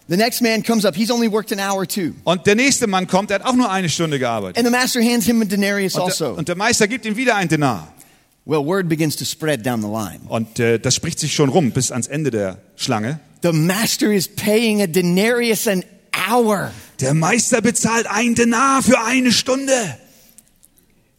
The next man comes up, he's only worked an hour too,
Und der nächste Mann kommt, der hat auch nur eine Stunde gearbeitet.
and the master hands him a denarius
Und der,
also.
und der Meister gibt ihm wieder einen Denar.
Well, word begins to spread down the line.
Und äh, das spricht sich schon rum bis ans Ende der Schlange.
The master is paying a denarius an hour.
Der Meister bezahlt einen Denar für eine Stunde.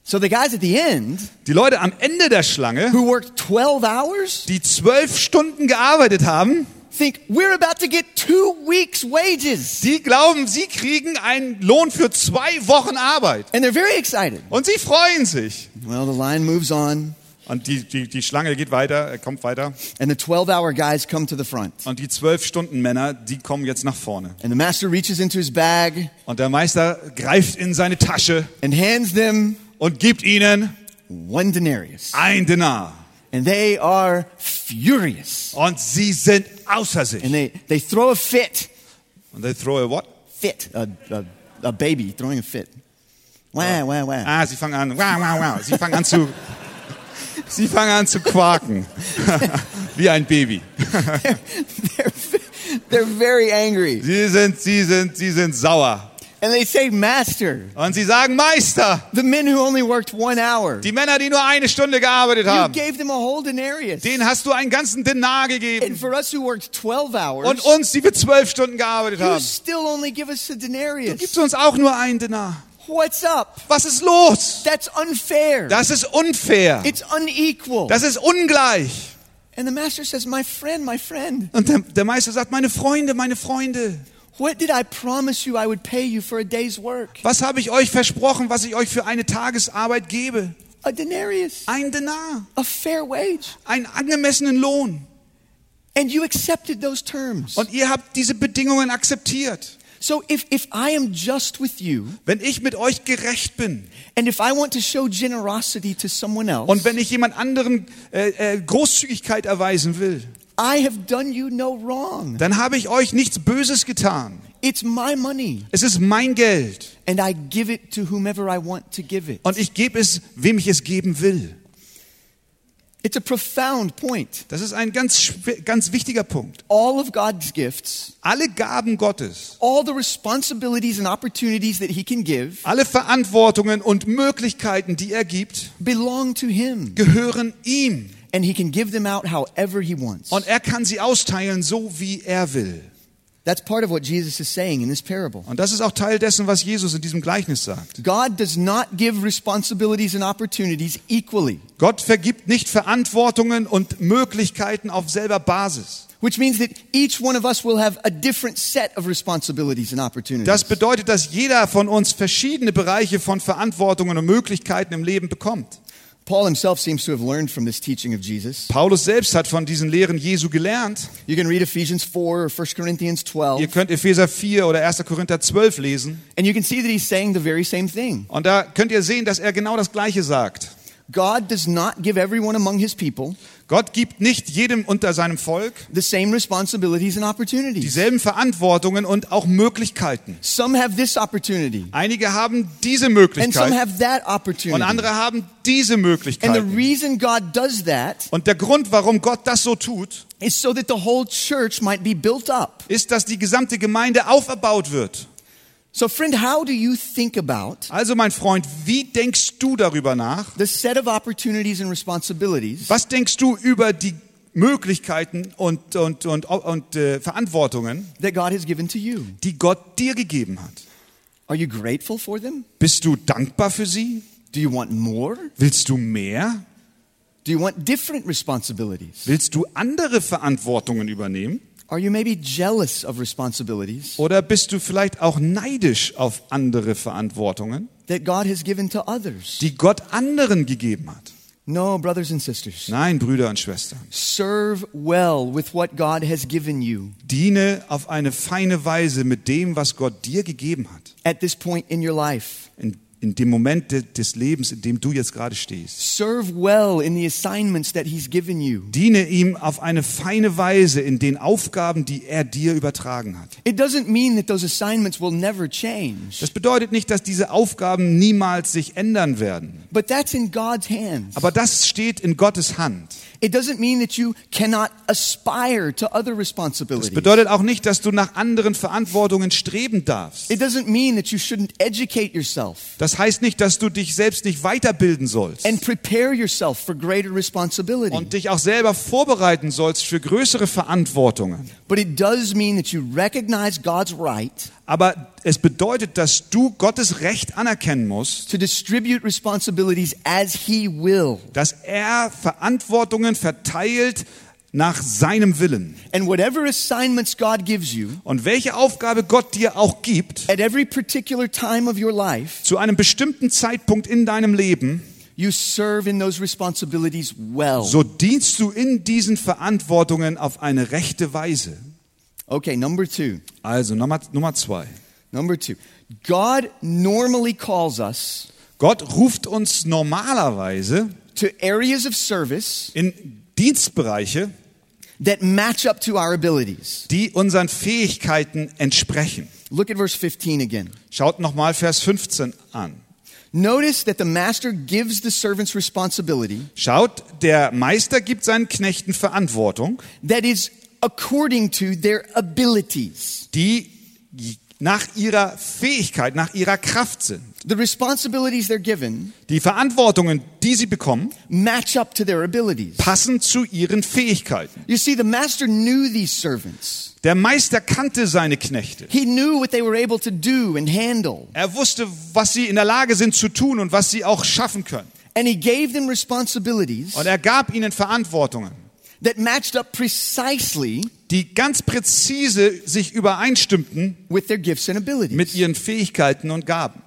So the guys at the end
Die Leute am Ende der Schlange,
who worked 12 hours
die zwölf Stunden gearbeitet haben,
think we're about to get two weeks' wages.
die glauben, sie kriegen einen Lohn für zwei Wochen Arbeit.
And they're very excited.
Und sie freuen sich.
Well, the line moves on,
Und die, die, die Schlange geht weiter, äh, kommt weiter.
and the 12 hour guys come to the front.
Und die zwölf Stunden Männer, die kommen jetzt nach vorne.
And the master reaches into his bag
Und der Meister greift in seine Tasche
and hands them
und gibt ihnen
one denarius.
ein Denar.
And they are furious.
Und sie sind außer sich.
And they, they throw a fit.
Und they throw a what?
Fit. A, a, a baby throwing a fit. Wow, wow, wow.
Ah, sie fangen an. Wow, wow, wow. Sie fangen an zu. sie fangen an zu quaken. Wie ein Baby.
They're, they're very angry.
Sie sind, sie sind, sie sind sauer.
And they say, Master,
Und sie sagen, Meister,
the men who only worked one hour,
die Männer, die nur eine Stunde gearbeitet
you
haben,
gave them a whole denarius.
denen hast du einen ganzen Denar
And
gegeben.
for us who worked 12 hours,
Und uns, die wir zwölf Stunden gearbeitet
you
haben,
still only give us a denarius.
gibst du uns auch nur einen Denar.
What's up?
Was ist los?
That's unfair.
Das ist unfair.
it's unequal.
Das ist ungleich.
and the master says, My friend, my friend,
Und der, der Meister sagt, meine Freunde, meine Freunde,
what did I promise you I would pay you for a day's work?
was habe ich euch versprochen, was ich euch für eine Tagesarbeit gebe?
A denarius,
Ein Denar,
a fair wage.
einen angemessenen Lohn.
And you accepted those terms.
Und ihr habt diese Bedingungen akzeptiert.
so if, if I am just with you,
Wenn ich mit euch gerecht bin
and if I want to show generosity to someone else,
und wenn ich jemand anderen äh, äh, Großzügigkeit erweisen will,
I have done you no wrong.
dann habe ich euch nichts Böses getan.
It's my money,
Es ist mein Geld
and I give it to whomever I want to give it.
und ich gebe es, wem ich es geben will.
It's a profound point.
Das ist ein ganz, schw- ganz wichtiger Punkt.
All of God's gifts,
Alle Gaben Gottes,
all the responsibilities and opportunities that He can give,
alle Verantwortungen und Möglichkeiten, die er gibt,
belong to Him.
gehören ihm.
And He can give them out however He wants.
Und er kann sie austeilen, so wie er will.
That's part of what Jesus is saying in this parable.
Und das ist auch Teil dessen, was Jesus in diesem Gleichnis sagt.
God does not give responsibilities and opportunities equally,
Gott vergibt nicht Verantwortungen und Möglichkeiten auf selber Basis.
which means that each one of us will have a different set of responsibilities and opportunities.
Das bedeutet, dass jeder von uns verschiedene Bereiche von Verantwortungen und Möglichkeiten im Leben bekommt.
Paul himself seems to have learned from this teaching of Jesus.
Paulus selbst hat von diesen Lehren Jesu gelernt.
You can read Ephesians 4 or 1 Corinthians 12,
Ihr könnt Epheser 4 oder 1. Korinther 12 lesen.
and you can see that he's saying the very same thing.
Und da könnt ihr sehen, dass er genau das Gleiche sagt.
God does not give everyone among his people
Gott gibt nicht jedem unter seinem Volk
the same responsibilities and opportunities.
dieselben Verantwortungen und auch Möglichkeiten.
Some have this opportunity,
Einige haben diese
and some
Möglichkeit
have that
und
opportunity.
andere haben diese
And the
Möglichkeit.
reason God does that
Und der Grund, warum Gott das so tut,
is so that the whole church might be built up.
ist, dass die gesamte Gemeinde auferbaut wird.
So, friend, how do you think about
Also mein Freund, wie denkst du darüber nach?
the set of opportunities and responsibilities
Was denkst du über die Möglichkeiten und, und, und, und äh, Verantwortungen,
that God has given to you?
die Gott dir gegeben hat?
Are you grateful for them?
Bist du dankbar für sie?
Do you want more?
Willst du mehr?
Do you want different responsibilities?
Willst du andere Verantwortungen übernehmen?
Are you maybe jealous of responsibilities
Oder bist du vielleicht auch neidisch auf andere Verantwortungen,
that God has given to others?
die Gott anderen gegeben hat?
No, brothers and sisters.
Nein, Brüder und Schwestern,
Serve well with what God has given you
diene auf eine feine Weise mit dem, was Gott dir gegeben hat.
at this point in your life.
In, in dem Moment de, des Lebens, in dem du jetzt gerade stehst.
Serve well in the assignments that He's given you.
Diene ihm auf eine feine Weise in den Aufgaben, die er dir übertragen hat.
It doesn't mean that those assignments will never change,
Das bedeutet nicht, dass diese Aufgaben niemals sich ändern werden.
but that's in God's hands.
Aber das steht in Gottes Hand.
It doesn't mean that you cannot aspire to other
Das
responsibilities.
bedeutet auch nicht, dass du nach anderen Verantwortungen streben darfst.
It doesn't mean that you shouldn't educate yourself
Das heißt nicht, dass du dich selbst nicht weiterbilden sollst
and prepare yourself for greater responsibility.
und dich auch selber vorbereiten sollst für größere Verantwortungen.
But it does mean that you recognize God's right
Aber es bedeutet, dass du Gottes Recht anerkennen musst,
to distribute responsibilities as He will.
dass er Verantwortungen verteilt nach seinem Willen.
And whatever assignments God gives you
Und welche Aufgabe Gott dir auch gibt,
at every particular time of your life,
zu einem bestimmten Zeitpunkt in deinem Leben,
you serve in those responsibilities well.
so dienst du in diesen Verantwortungen auf eine rechte Weise.
okay, number two.
Also Nummer, Nummer zwei.
Number two. God normally calls us
Gott ruft uns normalerweise
to areas of service
in Dienstbereiche,
that match up to our abilities.
die unseren Fähigkeiten entsprechen.
Look at verse 15 again.
Schaut nochmal Vers 15 an.
Notice that the master gives the servants responsibility
Schaut, der Meister gibt seinen Knechten Verantwortung,
that is according to their abilities.
die nach ihrer Fähigkeit, nach ihrer Kraft sind.
The responsibilities they're given
Die Verantwortungen, die sie bekommen,
match up to their abilities.
passen zu ihren Fähigkeiten.
You see, the master knew these servants.
Der Meister kannte seine Knechte.
He knew what they were able to do and handle.
Er wusste, was sie in der Lage sind zu tun und was sie auch schaffen können.
And he gave them responsibilities
Und er gab ihnen Verantwortungen,
that matched up precisely
die ganz präzise sich übereinstimmten
with their gifts and
mit
abilities.
ihren Fähigkeiten und Gaben.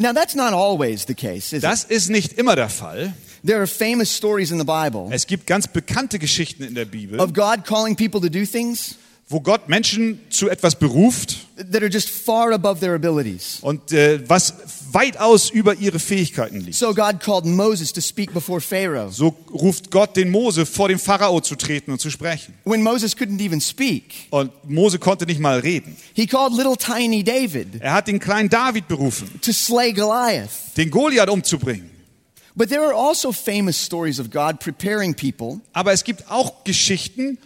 Now, that's not always the case, is it?
Das ist nicht immer der Fall.
There are famous stories in the Bible
Es gibt ganz bekannte Geschichten in der Bibel,
of God calling people to do things
wo Gott Menschen zu etwas beruft
that are just far above their abilities.
und äh, was weitaus über ihre Fähigkeiten liegt.
So God called Moses to speak before Pharaoh
So ruft Gott den Mose vor dem Pharao zu treten und zu sprechen.
when Moses couldn't even speak.
Und Mose konnte nicht mal reden.
He called little tiny David
Er hat den kleinen David berufen,
to slay Goliath.
den Goliath umzubringen.
But there are also famous stories of God preparing people
Aber es gibt auch Geschichten,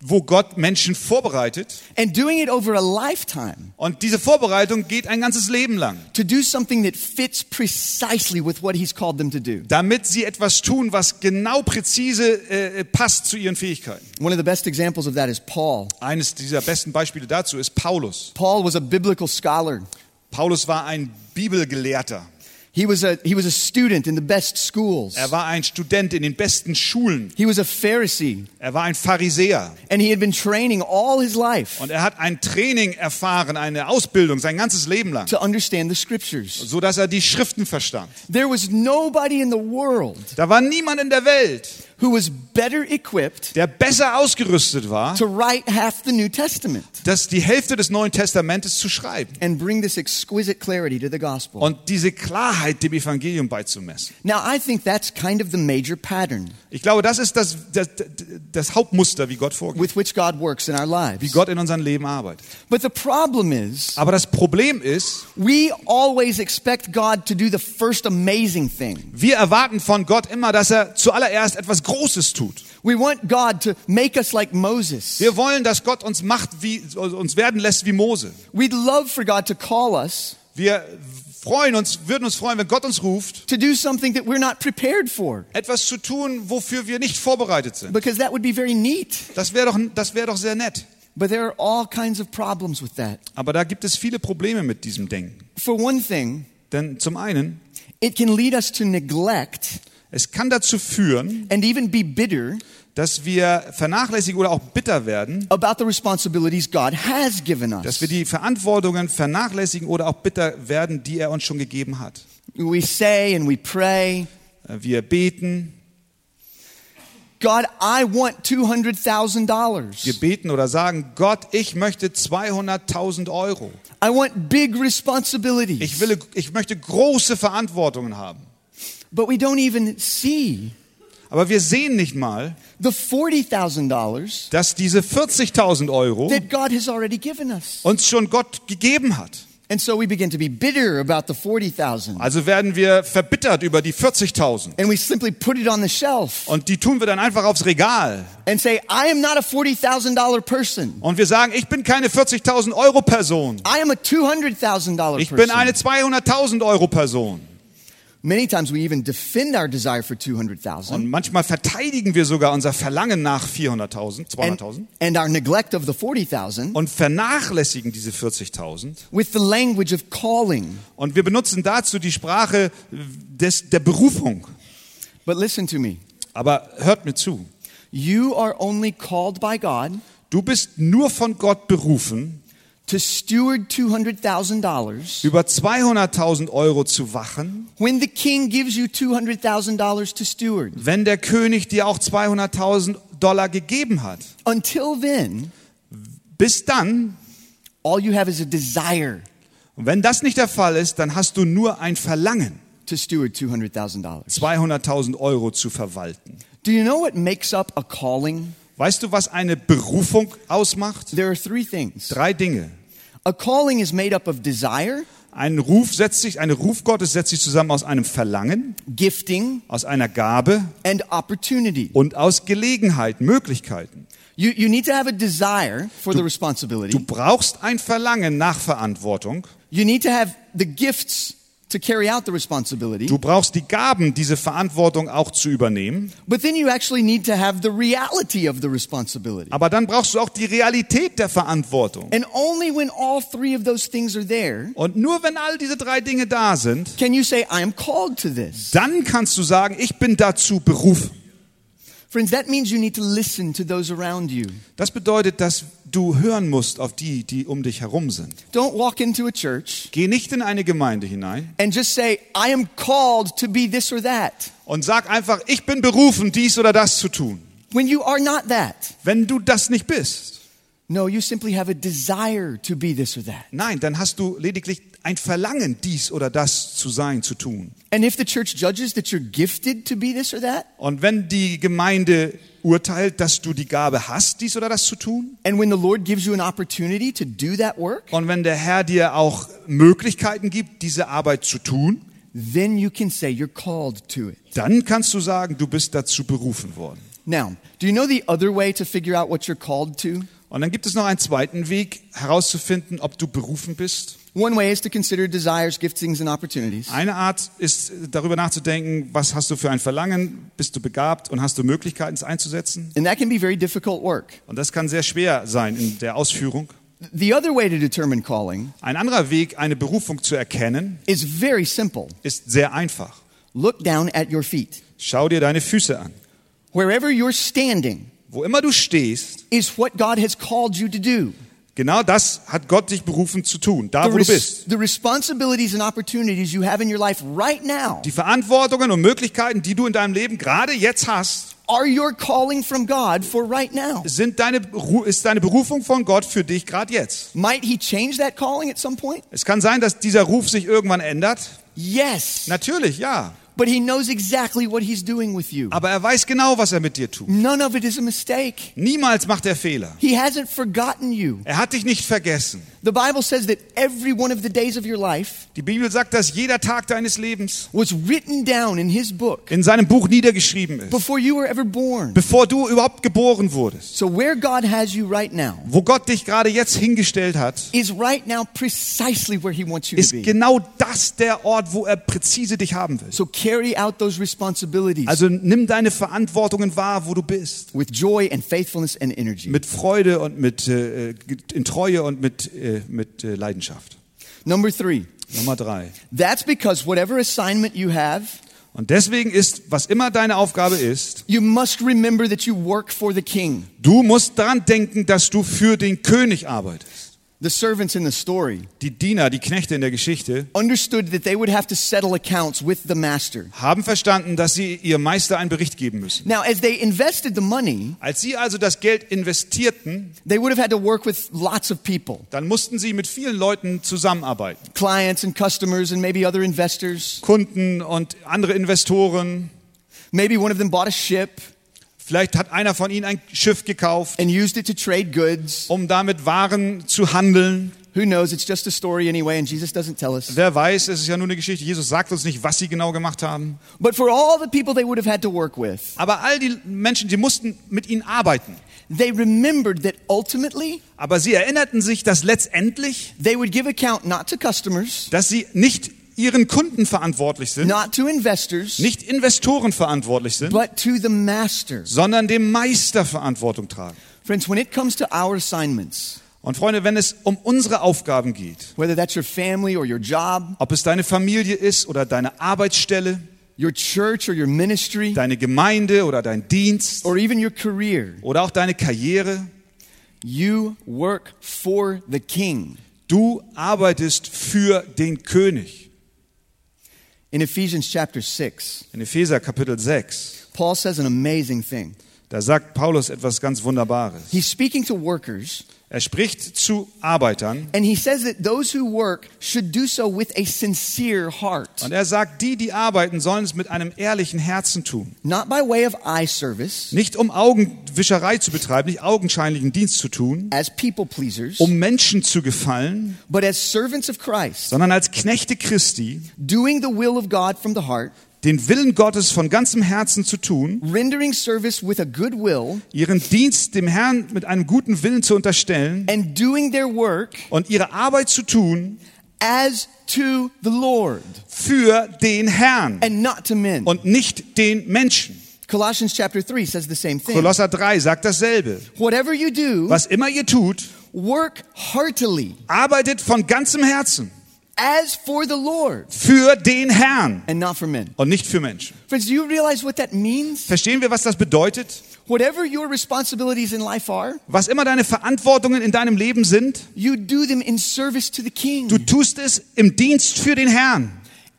wo Gott Menschen vorbereitet.
and doing it over a lifetime
Und diese Vorbereitung geht ein ganzes Leben lang,
to do something that fits precisely with what He's called them to do.
damit sie etwas tun, was genau präzise äh, passt zu ihren Fähigkeiten.
One of the best examples of that is Paul.
Eines dieser besten Beispiele dazu ist Paulus.
Paul was a biblical scholar.
Paulus war ein Bibelgelehrter.
He was a, he was a student in the best schools.
Er war ein Student in den besten Schulen.
He was a Pharisee,
Er war ein Pharisäer.
and he had been training all his life
Und er hat ein Training erfahren, eine Ausbildung, sein ganzes Leben lang,
to understand the scriptures.
so dass er die Schriften verstand.
There was nobody in the world
Da war niemand in der Welt,
who was better equipped
der besser ausgerüstet war,
to write half the New Testament
das die Hälfte des Neuen Testamentes zu schreiben
and bring this exquisite clarity to the gospel.
und diese Klarheit dem Evangelium beizumessen.
Now, I think that's kind of the major pattern
Ich glaube, das ist das, das, das Hauptmuster, wie Gott vorgeht,
with which God works in our
wie
lives.
Gott in unserem Leben arbeitet.
But the problem is,
Aber das Problem ist,
we always expect God to do the first amazing thing.
wir erwarten von Gott immer, dass er zuallererst etwas Großes tut.
We want God to make us like Moses.
Wir wollen, dass Gott uns macht, wie, also uns werden lässt wie Mose.
We'd love for God to call us
Wir freuen uns, würden uns freuen, wenn Gott uns ruft,
to do something that we're not prepared for,
etwas zu tun, wofür wir nicht vorbereitet sind.
because that would be very neat.
Das wäre doch, das wäre doch sehr nett.
But there are all kinds of problems with that.
Aber da gibt es viele Probleme mit diesem Denken.
For one thing,
Denn zum einen,
it can lead us to neglect
es kann dazu führen,
and even be bitter
dass wir vernachlässigen oder auch bitter werden,
about the responsibilities God has given
dass
us.
wir die Verantwortungen vernachlässigen oder auch bitter werden, die er uns schon gegeben hat. Äh,
We say and we pray,
Wir beten,
God, I want
wir
$200,000.
beten oder sagen, Gott, ich möchte 200.000 Euro.
I want big
Ich,
responsibilities.
will, ich möchte große Verantwortungen haben.
But we don't even see
Aber wir sehen nicht mal,
the $40,000
dass diese 40.000 Euro
that God has already given us.
uns schon Gott gegeben hat.
And so we begin to be bitter about the 40,000
Also werden wir verbittert über die 40.000.
and we simply put it on the shelf
Und die tun wir dann einfach aufs Regal.
and say, I am not a $40,000 person.
Und wir sagen, ich bin keine 40.000 Euro Person.
I am a $200,000
Ich
person.
bin eine 200.000 Euro Person.
Many times we even defend our desire for 200,000
Und manchmal verteidigen wir sogar unser Verlangen nach 400.000,
and,
200.000
and our neglect of the 40,000
und vernachlässigen diese 40.000.
with the language of calling.
Und wir benutzen dazu die Sprache des, der Berufung.
But listen to me.
Aber hört mir zu.
You are only called by God
Du bist nur von Gott berufen,
to steward $200,000
über 200.000 Euro zu wachen,
when the king gives you $200,000 to steward.
wenn der König dir auch 200.000 Dollar gegeben hat.
Until then,
Bis dann,
all you have is a desire
und wenn das nicht der Fall ist, dann hast du nur ein Verlangen,
to steward $200,000.
200.000 Euro zu verwalten.
Do you know what makes up a calling?
Weißt du, was eine Berufung ausmacht?
There are three things.
Drei Dinge.
A calling is made up of desire,
Ein Ruf setzt sich, eine Ruf Gottes setzt sich zusammen aus einem Verlangen,
gifting,
aus einer Gabe
and opportunity.
und aus Gelegenheiten, Möglichkeiten.
You, you need to have a desire for the
Du
responsibility.
brauchst ein Verlangen nach Verantwortung.
You need to have the gifts to carry out the responsibility.
Du brauchst die Gaben, diese Verantwortung auch zu übernehmen.
But then you actually need to have the reality of the responsibility.
Aber dann brauchst du auch die Realität der Verantwortung.
And only when all three of those things are there
Und nur wenn all diese drei Dinge da sind,
can you say, I am called to this.
dann kannst du sagen, ich bin dazu berufen.
Friends, that means you need to listen to those around you.
Das bedeutet, dass du hören musst auf die, die um dich herum sind.
Don't walk into a church
Geh nicht in eine Gemeinde hinein
and just say, I am called to be this or that,
und sag einfach, ich bin berufen, dies oder das zu tun.
when you are not that.
Wenn du das nicht bist,
No, you simply have a desire to be this or that.
nein, dann hast du lediglich ein Verlangen, dies oder das zu sein, zu tun.
And if the church judges that you're gifted to be this or that,
Und wenn die Gemeinde urteilt, dass du die Gabe hast, dies oder das zu tun,
and when the Lord gives you an opportunity to do that work,
und wenn der Herr dir auch Möglichkeiten gibt, diese Arbeit zu tun,
then you can say you're called to it.
Dann kannst du sagen, du bist dazu berufen worden.
Now, do you know the other way to figure out what you're called to?
Und dann gibt es noch einen zweiten Weg, herauszufinden, ob du berufen bist.
One way is to consider desires, giftings, and opportunities.
Eine Art ist, darüber nachzudenken, was hast du für ein Verlangen, bist du begabt und hast du Möglichkeiten, es einzusetzen.
And that can be very difficult work.
Und das kann sehr schwer sein in der Ausführung.
The other way to determine calling
Ein anderer Weg, eine Berufung zu erkennen,
is very simple.
ist sehr einfach.
Look down at your feet.
Schau dir deine Füße an.
Wherever you're standing
Wo immer du stehst,
is what God has called you to do.
genau das hat Gott dich berufen zu tun, da
The,
wo du
res-
bist.
the responsibilities and opportunities you have in your life right now
Die Verantwortungen und Möglichkeiten, die du in deinem Leben gerade jetzt hast,
are your calling from God for right now.
sind deine, Beru- ist deine Berufung von Gott für dich gerade jetzt.
Might He change that calling at some point?
Es kann sein, dass dieser Ruf sich irgendwann ändert.
Yes.
Natürlich, ja.
But He knows exactly what He's doing with you.
Aber er weiß genau, was er mit dir tut.
None of it is a mistake.
Niemals macht er Fehler.
He hasn't forgotten you.
Er hat dich nicht vergessen.
The Bible says that every one of the days of your life
Die Bibel sagt, dass jeder Tag deines Lebens
was written down in His book
in seinem Buch niedergeschrieben ist,
before you were ever born.
bevor du überhaupt geboren wurdest.
So, where God has you right now
Wo Gott dich gerade jetzt hingestellt hat,
is right now precisely where He wants you
ist
to be.
genau das der Ort, wo er präzise dich haben will.
So, carry out those responsibilities
Also nimm deine Verantwortungen wahr, wo du bist.
with joy and faithfulness and energy.
Mit Freude und mit äh, in Treue und mit, äh, mit äh, Leidenschaft.
Number three,
Nummer drei.
that's because whatever assignment you have,
Und deswegen ist, was immer deine Aufgabe ist,
you must remember that you work for the king.
du musst daran denken, dass du für den König arbeitest.
The servants in the story
Die Diener, die Knechte in der Geschichte,
understood that they would have to settle accounts with the master.
haben verstanden, dass sie ihrem Meister einen Bericht geben müssen.
Now, as they invested the money,
Als sie also das Geld investierten,
they would have had to work with lots of people
dann mussten sie mit vielen Leuten zusammenarbeiten.
clients and customers, and maybe other investors.
Kunden und andere Investoren.
Maybe one of them bought a ship
Vielleicht hat einer von ihnen ein Schiff gekauft,
and used it to trade goods.
um damit Waren zu handeln.
Who knows? It's just a story anyway, and Jesus doesn't tell us.
Wer weiß, es ist ja nur eine Geschichte. Jesus sagt uns nicht, was sie genau gemacht haben.
But for all the people they would have had to work with,
Aber all die Menschen, die mussten mit ihnen arbeiten.
they remembered that ultimately
Aber sie erinnerten sich, dass letztendlich,
they would give account not to customers,
dass sie nicht ihren Kunden verantwortlich sind,
not to investors,
nicht Investoren verantwortlich sind,
but to the master.
sondern dem Meister Verantwortung tragen.
Friends, when it comes to our assignments,
Und Freunde, wenn es um unsere Aufgaben geht,
whether that's your family or your job,
ob es deine Familie ist oder deine Arbeitsstelle,
your church or your ministry,
deine Gemeinde oder dein Dienst
or even your career,
oder auch deine Karriere.
you work for the king.
Du arbeitest für den König.
In Ephesians chapter 6,
In Epheser Kapitel 6,
Paul says an amazing thing.
da sagt Paulus etwas ganz Wunderbares.
He's speaking to workers,
Er spricht zu Arbeitern
and he says that those who work should do so with a sincere heart,
und er sagt, die, die arbeiten, sollen es mit einem ehrlichen Herzen tun.
not by way of eye service,
Nicht um Augenwischerei zu betreiben, nicht augenscheinlichen Dienst zu tun,
as people pleasers,
um Menschen zu gefallen,
but as servants of Christ,
sondern als Knechte Christi
doing the will of God from the heart,
den Willen Gottes von ganzem Herzen zu tun,
rendering service with a good will,
ihren Dienst dem Herrn mit einem guten Willen zu unterstellen
and doing their work
und ihre Arbeit zu tun
as to the Lord
für den Herrn
and not to men.
und nicht den Menschen.
Colossians chapter 3 says the same thing.
Kolosser 3 sagt dasselbe.
Whatever you do,
Was immer ihr tut,
work heartily
arbeitet von ganzem Herzen
as for the Lord
für den Herrn
and not for men.
und nicht für Menschen.
Friends, do you realize what that means?
Verstehen wir, was das bedeutet?
Whatever your responsibilities in life are,
Was immer deine Verantwortungen in deinem Leben sind,
you do them in service to the King.
du tust es im Dienst für den Herrn.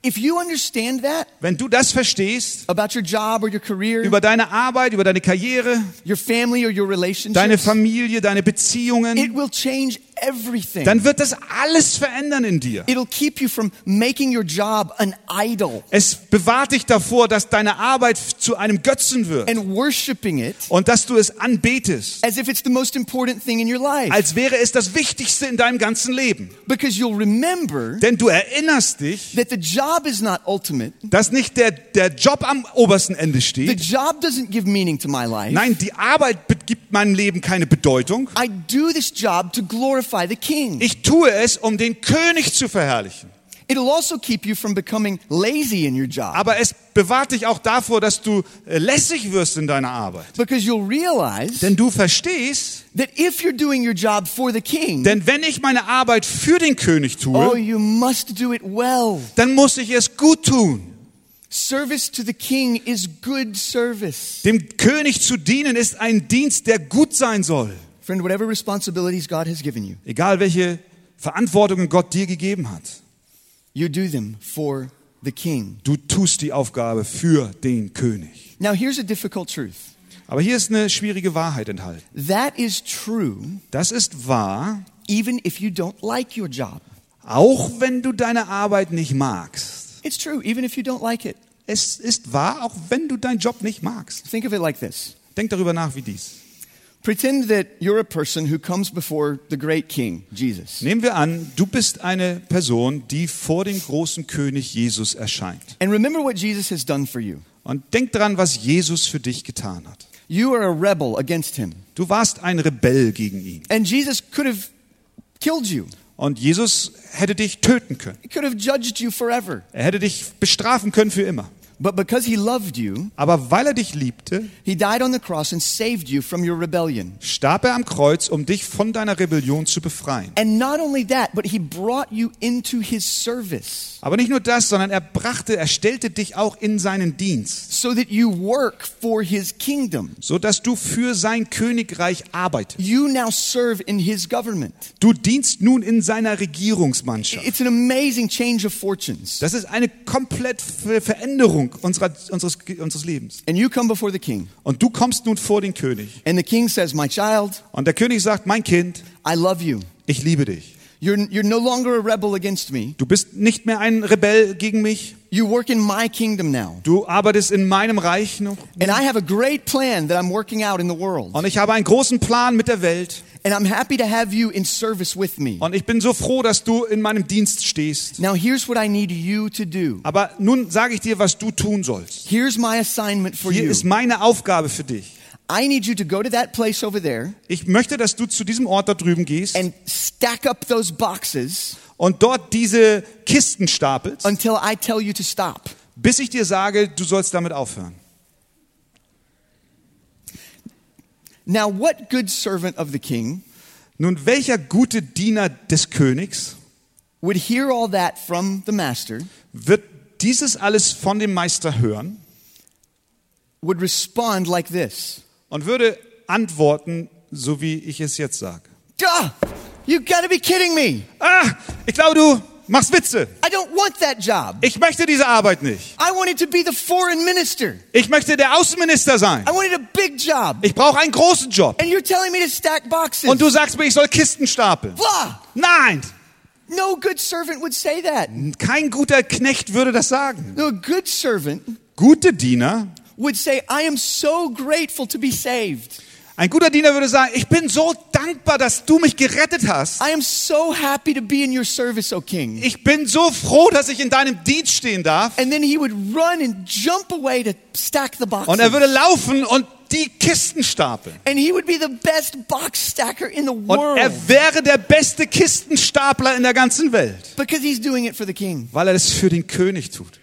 If you understand that
Wenn du das verstehst,
about your job or your career,
über deine Arbeit, über deine Karriere,
your family or your
deine
relationships,
Familie, deine
it
Beziehungen.
will change everything.
dann wird das alles verändern in dir.
It'll keep you from making your job an idol
Es bewahrt dich davor, dass deine Arbeit zu einem Götzen wird
and worshiping it
und dass du es anbetest,
as if it's the most important thing in your life.
als wäre es das Wichtigste in deinem ganzen Leben.
because you'll remember
Denn du erinnerst dich,
that the job is not ultimate.
dass nicht der, der Job am obersten Ende
The
steht.
job doesn't give meaning to my life.
Nein, die Arbeit be- gibt meinem Leben keine Bedeutung.
I do this job to glorify the king.
Ich tue es, um den König zu verherrlichen.
It'll also keep you from becoming lazy in your job
Aber es bewahrt dich auch davor, dass du äh, lässig wirst in deiner Arbeit.
because you'll realize
Denn du verstehst,
that if you're doing your job for the king,
denn wenn ich meine Arbeit für den König
oh,
tue,
you must do it well.
dann muss ich es gut tun.
Service to the king is good service.
Dem König zu dienen ist ein Dienst, der gut sein soll.
Friend, whatever responsibilities God has given you,
Egal welche Verantwortungen Gott dir gegeben hat,
you do them for the king.
du tust die Aufgabe für den König.
Now, here's a difficult truth
Aber hier ist eine schwierige Wahrheit enthalten.
that is true
Das ist wahr,
even if you don't like your job.
auch wenn du deine Arbeit nicht magst.
It's true even if you don't like it.
Es ist wahr, auch wenn du deinen Job nicht magst.
Think of it like this
Denk darüber nach wie dies.
Pretend that you're a person who comes before the great king, Jesus.
Nehmen wir an, du bist eine Person, die vor dem großen König Jesus erscheint.
And remember what Jesus has done for you.
Und denk dran, was Jesus für dich getan hat.
You are a rebel against him.
Du warst ein Rebell gegen ihn.
And Jesus could have killed you,
Und Jesus hätte dich töten können.
he could have judged you forever.
Er hätte dich bestrafen können für immer.
But because he loved you,
Aber weil er dich liebte,
he died on the cross and saved you from your rebellion.
starb er am Kreuz, um dich von deiner Rebellion zu befreien.
And not only that, but he brought you into his service
Aber nicht nur das, sondern er brachte, er stellte dich auch in seinen Dienst,
so that you work for his kingdom.
so dass du für sein Königreich arbeitest.
You now serve in his government.
Du dienst nun in seiner Regierungsmannschaft.
It's an amazing change of fortunes.
Das ist eine komplett Ver- Veränderung unserer, unseres, unseres Lebens.
And you come before the king,
Und du kommst nun vor den König.
and the king says, My child,
Und der König sagt, mein Kind,
I love you.
ich liebe dich.
You're, you're no longer a rebel against me.
Du bist nicht mehr ein Rebell gegen mich.
You work in my kingdom now.
Du arbeitest in meinem Reich noch.
And I have a great plan that I'm working out in the world.
Und ich habe einen großen Plan mit der Welt.
And I'm happy to have you in service with me.
Und ich bin so froh, dass du in meinem Dienst stehst.
Now, here's what I need you to do.
Aber nun sage ich dir, was du tun sollst.
Here's my assignment for
Hier
you.
ist meine Aufgabe für dich.
I need you to go to that place over there
Ich möchte, dass du zu diesem Ort da drüben gehst
and stack up those boxes
und dort diese Kisten stapelst,
until I tell you to stop.
bis ich dir sage, du sollst damit aufhören.
Now, what good servant of the king
Nun, welcher gute Diener des Königs
would hear all that from the master,
wird dieses alles von dem Meister hören
would respond like this?
und würde antworten, so wie ich es jetzt sage?
Duh! You gotta be kidding me!
Ah, ich glaube, du machst Witze.
I don't want that job.
Ich möchte diese Arbeit nicht.
I wanted to be the foreign minister.
Ich möchte der Außenminister sein.
I wanted a big job.
Ich brauche einen großen Job.
And you're telling me to stack boxes.
Und du sagst mir, ich soll Kisten stapeln.
Blah!
Nein,
No good servant would say that.
kein guter Knecht würde das sagen.
No good servant
Gute Diener,
would say, I am so grateful to be saved.
ein guter Diener würde sagen, ich bin so dankbar, dass du mich gerettet hast.
I am so happy to be in your service, O king.
Ich bin so froh, dass ich in deinem Dienst stehen darf.
And then he would run and jump away to stack the boxes.
Und er würde laufen und die Kisten stapeln.
and he would be the best box stacker in the
Und
world
er wäre der beste Kistenstapler in der ganzen Welt,
because he's doing it for the king.
weil er das für den König tut.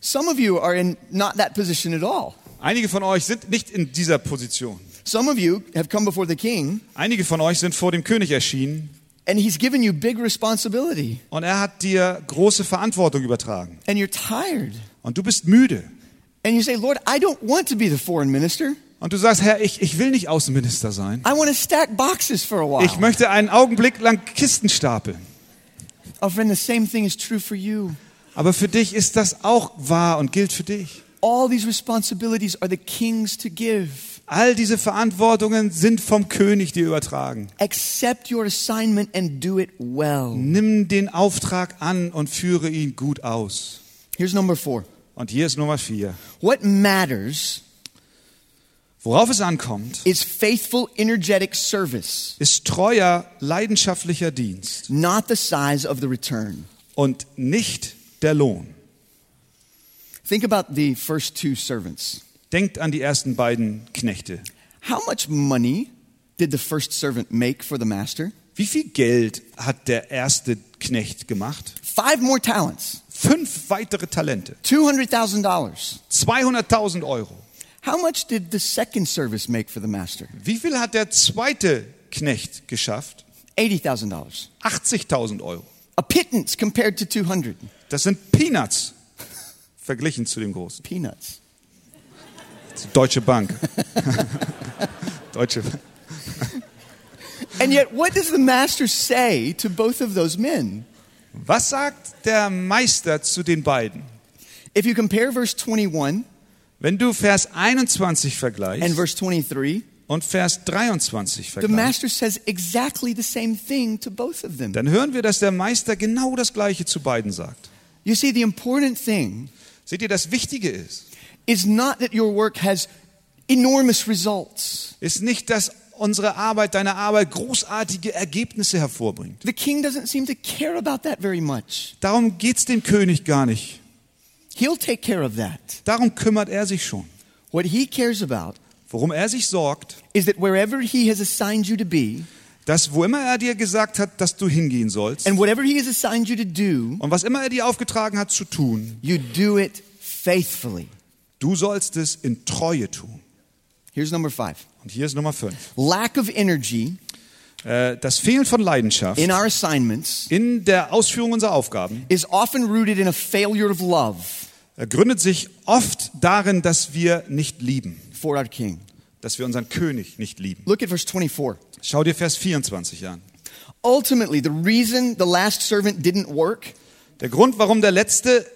Some of you are in not that position at all.
Einige von euch sind nicht in dieser Position.
Some of you have come before the king
Einige von euch sind vor dem König erschienen
and he's given you big responsibility
und er hat dir große Verantwortung übertragen.
and you're tired.
Und du bist müde.
And you say, Lord, I don't want to be the foreign minister.
Und du sagst, Herr, ich, ich will nicht Außenminister sein.
I want to stack boxes for a while.
Ich möchte einen Augenblick lang Kisten stapeln.
oh, friend, the same thing is true for you.
Aber für dich ist das auch wahr und gilt für dich.
All these responsibilities are the king's to give.
All diese Verantwortungen sind vom König dir übertragen.
Accept your assignment and do it well.
Nimm den Auftrag an und führe ihn gut aus.
Here's number four.
Und hier ist Nummer vier.
What matters
Worauf es ankommt,
is faithful, energetic service,
ist treuer, leidenschaftlicher Dienst
not the size of the return.
und nicht der Lohn.
Think about the first two servants.
Denkt an die ersten beiden Knechte.
How much money did the first servant make for the master?
Wie viel Geld hat der erste Knecht gemacht?
Five more talents,
Fünf weitere Talente.
$200,000.
200.000 Euro.
How much did the second service make for the master?
Wie viel hat der zweite Knecht geschafft?
$80,000.
80.000 Euro.
A pittance compared to 200.
Das sind Peanuts verglichen zu dem großen.
Peanuts.
Deutsche Bank. Deutsche Bank.
And yet, what does the master say to both of those men?
Was sagt der Meister zu den beiden?
If you compare verse 21
Wenn du Vers 21 vergleichst
and verse 23,
und Vers 23
the
vergleichst,
master says exactly the same thing to both of them.
dann hören wir, dass der Meister genau das Gleiche zu beiden sagt.
You see, the important thing
Seht ihr, das Wichtige ist,
is not that your work has enormous results.
ist nicht, dass unsere Arbeit, deine Arbeit großartige Ergebnisse hervorbringt.
The king doesn't seem to care about that very much.
Darum geht's dem König gar nicht.
He'll take care of that.
Darum kümmert er sich schon.
What he cares about
Worum er sich sorgt,
is that wherever he has assigned you to be
dass wo immer er dir gesagt hat, dass du hingehen sollst
and whatever he has assigned you to do,
und was immer er dir aufgetragen hat zu tun,
you do it faithfully.
du sollst es in Treue tun.
Here's number five
Und hier ist Nummer 5.
lack of energy
Äh, das Fehlen von Leidenschaft
in our assignments
in der Ausführung unserer Aufgaben
is often rooted in a failure of love
äh, gründet sich oft darin, dass wir nicht lieben,
for our king.
dass wir unseren König nicht lieben.
Look at verse 24.
Schau dir Vers 24 an.
Ultimately, the reason the last servant didn't work
Der Grund, warum der letzte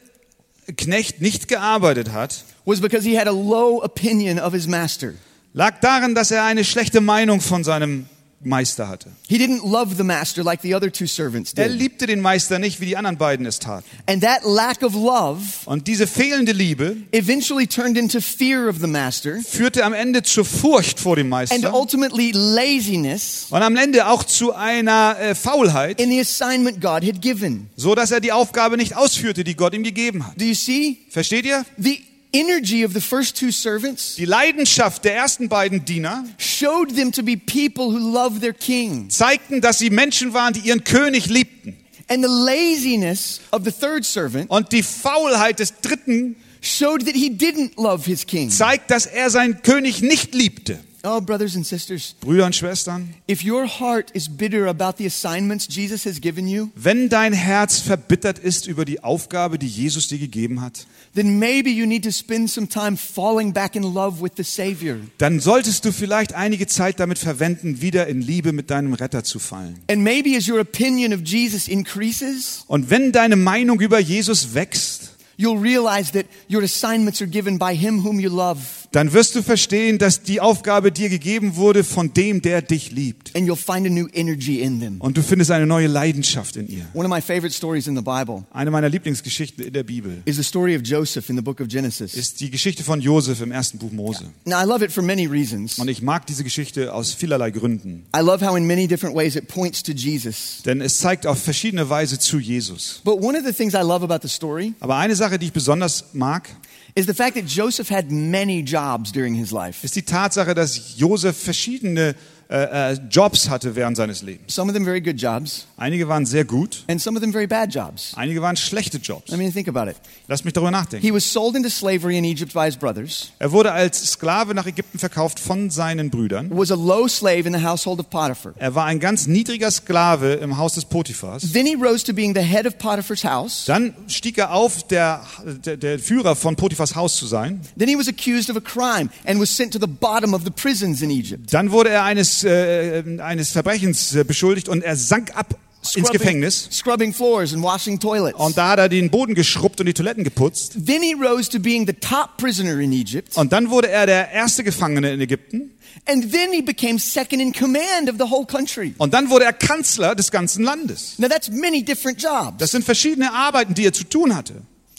Knecht nicht gearbeitet hat,
was because he had a low opinion of his master.
lag darin, dass er eine schlechte Meinung von seinem Meister hatte.
He didn't love the master like the other two servants
Er
did.
liebte den Meister nicht, wie die anderen beiden es taten.
And that lack of love
Und diese fehlende Liebe
eventually turned into fear of the master
führte am Ende zur Furcht vor dem
and also
Meister
ultimately laziness
und am Ende auch zu einer äh, Faulheit,
in the assignment God had given.
so dass er die Aufgabe nicht ausführte, die Gott ihm gegeben hat.
Do you see?
Versteht ihr?
The energy of the first two servants
Die Leidenschaft der ersten beiden Diener
showed them to be people who love their king.
zeigten, dass sie Menschen waren, die ihren König liebten.
And the laziness of the third servant
Und die Faulheit des dritten
showed that he didn't love his king.
zeigt, dass er seinen König nicht liebte.
Oh, brothers and sisters,
Brüder und Schwestern,
if your heart is bitter about the assignments Jesus has given you,
wenn dein Herz verbittert ist über die Aufgabe, die Jesus dir gegeben hat,
then maybe you need to spend some time falling back in love with the Savior.
dann solltest du vielleicht einige Zeit damit verwenden, wieder in Liebe mit deinem Retter zu fallen.
And maybe as your opinion of Jesus increases,
Und wenn deine Meinung über Jesus wächst,
you'll realize that your assignments are given by Him whom you love,
dann wirst du verstehen, dass die Aufgabe dir gegeben wurde von dem, der dich liebt.
and you'll find a new energy in them.
Und du findest eine neue Leidenschaft in ihr.
One of my favorite stories in the Bible
Eine meiner Lieblingsgeschichten in der Bibel
is the story of Joseph in the book of Genesis.
ist die Geschichte von Josef im ersten Buch Mose.
Now, I love it for many reasons.
Und ich mag diese Geschichte aus vielerlei Gründen.
I love how, in many different ways, it points to Jesus.
Denn es zeigt auf verschiedene Weise zu Jesus.
But one of the things I love about the story
Aber eine Sache, die ich besonders mag,
is the fact that Joseph had many jobs during his life.
ist die Tatsache, dass Josef verschiedene äh, äh, Jobs hatte während seines Lebens.
Some of them very good jobs,
Einige waren sehr gut,
and some of them very bad jobs.
einige waren schlechte Jobs.
I mean, think about it.
Lass mich darüber nachdenken.
He was sold into slavery in Egypt by his brothers,
Er wurde als Sklave nach Ägypten verkauft von seinen Brüdern.
was a low slave in the household of Potiphar.
Er war ein ganz niedriger Sklave im Haus des Potiphars.
Then he rose to being the head of Potiphar's house.
Dann stieg er auf, der, der, der Führer von Potiphars Haus zu sein.
Then he was accused of a crime and was sent to the bottom of the prisons in Egypt.
Dann wurde er eines, äh, eines Verbrechens äh, beschuldigt und er sank ab ins Gefängnis.
scrubbing floors and washing toilets.
Und da hat er den Boden geschrubbt und die Toiletten geputzt.
Then he rose to being the top prisoner in Egypt.
Und dann wurde er der erste Gefangene in Ägypten.
And then he became second in command of the whole country.
Und dann wurde er Kanzler des ganzen Landes.
Now, that's many different jobs.
Das sind verschiedene Arbeiten, die er zu tun hatte.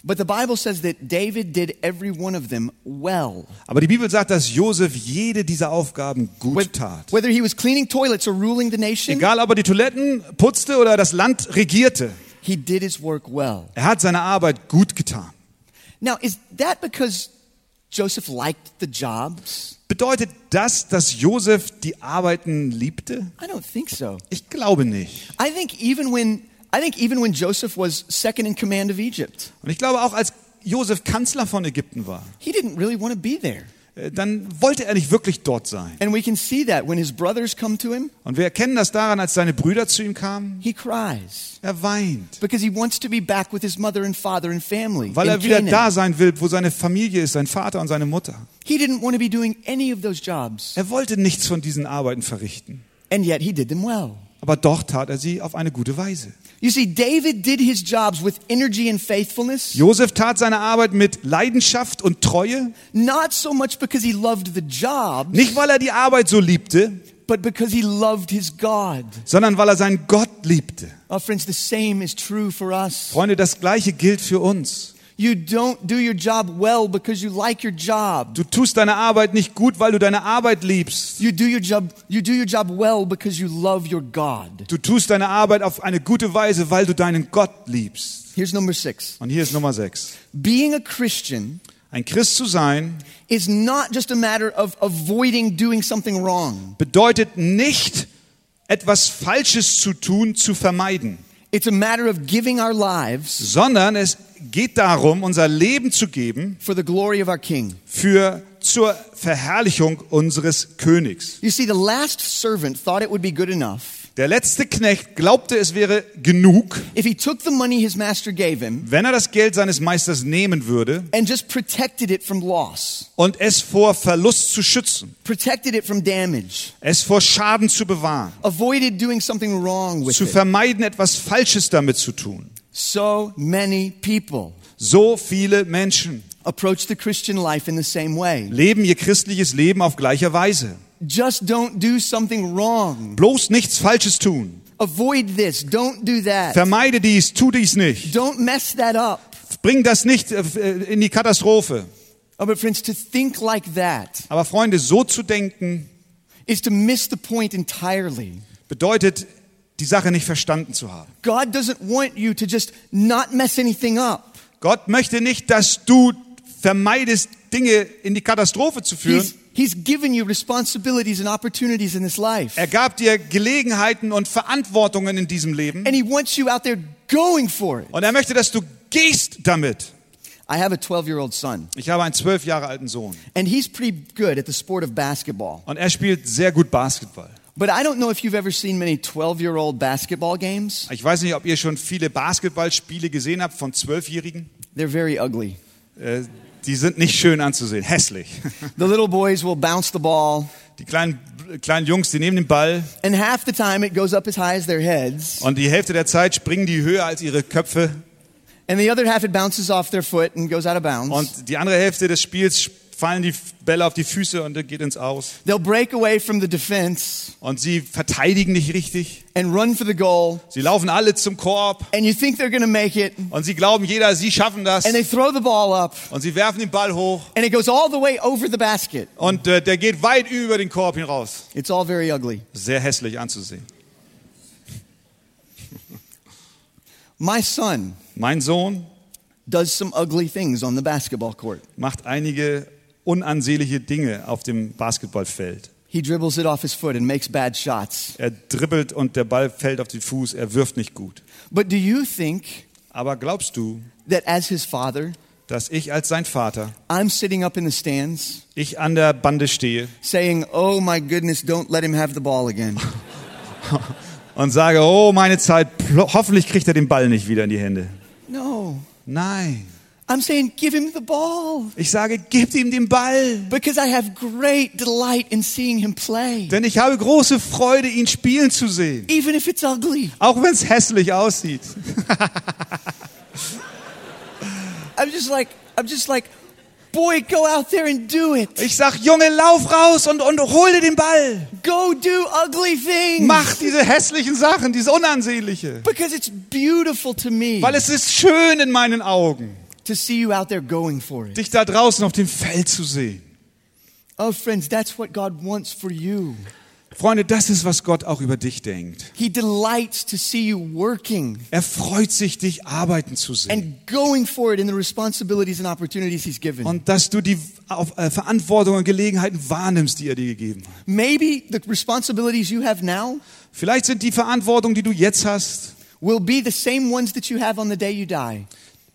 But the Bible says that David did every one of them well.
Aber die Bibel sagt, dass Josef jede dieser Aufgaben gut tat.
Whether he was cleaning toilets or ruling the nation,
Egal, ob er die Toiletten putzte oder das Land regierte,
he did his work well.
er hat seine Arbeit gut getan.
Now, is that because Joseph liked the jobs?
Bedeutet das, dass Josef die Arbeiten liebte?
I don't think so.
Ich glaube nicht.
I think even when I think even when Joseph was second in command of Egypt,
Und ich glaube auch, als Josef Kanzler von Ägypten war,
he didn't really want to be there.
äh, dann wollte er nicht wirklich dort sein.
And we can see that when his brothers come to him,
Und wir erkennen das daran, als seine Brüder zu ihm kamen,
he cries
er weint,
because he wants to be back with his mother and father and family.
weil
in
er wieder
Canaan.
da sein will, wo seine Familie ist, sein Vater und seine Mutter.
He didn't want to be doing any of those jobs,
Er wollte nichts von diesen Arbeiten verrichten,
and yet he did them well.
aber doch tat er sie auf eine gute Weise.
You see, David did his jobs with energy and faithfulness,
Josef tat seine Arbeit mit Leidenschaft und Treue,
not so much because he loved the job,
nicht weil er die Arbeit so liebte,
but because he loved his God.
sondern weil er seinen Gott liebte.
Oh, friends, the same is true for us.
Freunde, das Gleiche gilt für uns.
You don't do your job well because you like your job.
Du tust deine Arbeit nicht gut, weil du deine Arbeit liebst.
You do your job, you do your job well because you love your God.
Du tust deine Arbeit auf eine gute Weise, weil du deinen Gott liebst.
Here's number six.
Und hier ist Nummer 6.
Being a Christian
Ein Christ zu sein
is not just a matter of avoiding doing something wrong.
bedeutet nicht, etwas Falsches zu tun, zu vermeiden,
It's a matter of giving our lives
sondern es geht darum, unser Leben zu geben
for the glory of our King.
für zur Verherrlichung unseres Königs.
You see, the last servant thought it would be good enough
Der letzte Knecht glaubte, es wäre genug,
if he took the money his master gave him
wenn er das Geld seines Meisters nehmen würde
and just protected it from loss,
und es vor Verlust zu schützen,
protected it from damage,
es vor Schaden zu bewahren,
avoided doing something wrong with
zu
it.
vermeiden, etwas Falsches damit zu tun.
So many people
So viele Menschen
approach the Christian life in the same way.
leben ihr christliches Leben auf gleicher Weise.
Just don't do something wrong.
Bloß nichts Falsches tun.
Avoid this. Don't do that.
Vermeide dies, tu dies nicht.
Don't mess that up.
Bring das nicht äh, in die Katastrophe.
Oh, but friends, to think like that
Aber Freunde, so zu denken
is to miss the point entirely.
bedeutet, die Sache nicht verstanden zu haben.
God doesn't want you to just not mess anything up.
Gott möchte nicht, dass du vermeidest, Dinge in die Katastrophe zu führen.
He's, he's given you responsibilities and opportunities in this life.
Er gab dir Gelegenheiten und Verantwortungen in diesem Leben.
And he wants you out there going for it.
Und er möchte, dass du gehst damit.
I have a 12 year old son,
Ich habe einen zwölf Jahre alten Sohn.
and he's pretty good at the sport of basketball.
Und er spielt sehr gut Basketball.
But I don't know if you've ever seen many 12 year old basketball games.
Ich weiß nicht, ob ihr schon viele Basketballspiele gesehen habt von Zwölfjährigen.
They're very ugly.
Äh, die sind nicht schön anzusehen, hässlich.
The little boys will bounce the ball,
Die kleinen, kleinen Jungs, die nehmen den Ball
and half the time it goes up as high as their heads,
und die Hälfte der Zeit springen die höher als ihre Köpfe.
and the other half it bounces off their foot and goes out of bounds.
Und die andere Hälfte des Spiels fallen die Bälle auf die Füße und dann geht ins Aus.
They'll break away from the defense
Und sie verteidigen nicht richtig.
and run for the goal,
Sie laufen alle zum Korb
and you think they're going to make it,
und sie glauben jeder, sie schaffen das.
and they throw the ball up,
Und sie werfen den Ball hoch
and it goes all the way over the basket.
und äh, der geht weit über den Korb hinaus.
It's all very ugly.
Sehr hässlich anzusehen.
My son
Mein Sohn
does some ugly things on the basketball court.
macht einige unansehnliche Dinge auf dem Basketballfeld.
He dribbles it off his foot and makes bad shots.
Er dribbelt und der Ball fällt auf den Fuß, er wirft nicht gut.
But do you think
Aber glaubst du,
that as his father,
dass ich als sein Vater,
I'm sitting up in the stands
ich an der Bande stehe
saying, Oh my goodness, don't let him have the ball again?
und sage, oh meine Zeit, pl- hoffentlich kriegt er den Ball nicht wieder in die Hände.
No.
Nein,
I'm saying, give him the ball
Ich sage, gebt ihm den Ball.
because I have great delight in seeing him play,
Denn ich habe große Freude, ihn spielen zu sehen.
even if it's ugly.
Auch wenn es hässlich aussieht.
I'm just like, I'm just like, boy, go out there and do it.
Ich sag, Junge, lauf raus und, und hol dir den Ball.
Go do ugly things
Mach diese hässlichen Sachen, diese unansehnliche.
because it's beautiful to me
Weil es ist schön in meinen Augen,
to see you out there going for it.
dich da draußen auf dem Feld zu sehen.
Oh, friends, that's what God wants for you.
Freunde, das ist, was Gott auch über dich denkt.
He delights to see you working
Er freut sich, dich arbeiten zu sehen.
and going for it in the responsibilities and opportunities He's given.
Und dass du die auf, äh, Verantwortung und Gelegenheiten wahrnimmst, die er dir gegeben hat.
Maybe the responsibilities you have now
Vielleicht sind die Verantwortung, die du jetzt hast,
will be the same ones that you have on the day you die.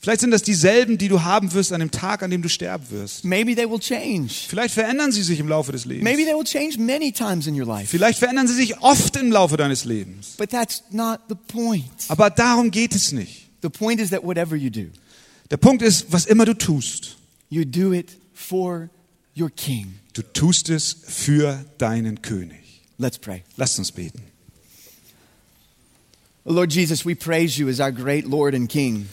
vielleicht sind das dieselben, die du haben wirst an dem Tag, an dem du sterben wirst.
Maybe they will change.
Vielleicht verändern sie sich im Laufe des
Maybe
Lebens.
they will change many times in your life.
Vielleicht verändern sie sich oft im Laufe deines Lebens.
But that's not the point.
Aber darum geht es nicht.
The point is that whatever you do,
Der Punkt ist, was immer du tust,
you do it for your king.
du tust es für deinen König.
Let's pray.
Lasst uns beten.
Lord Jesus, we praise you as our great Lord and King.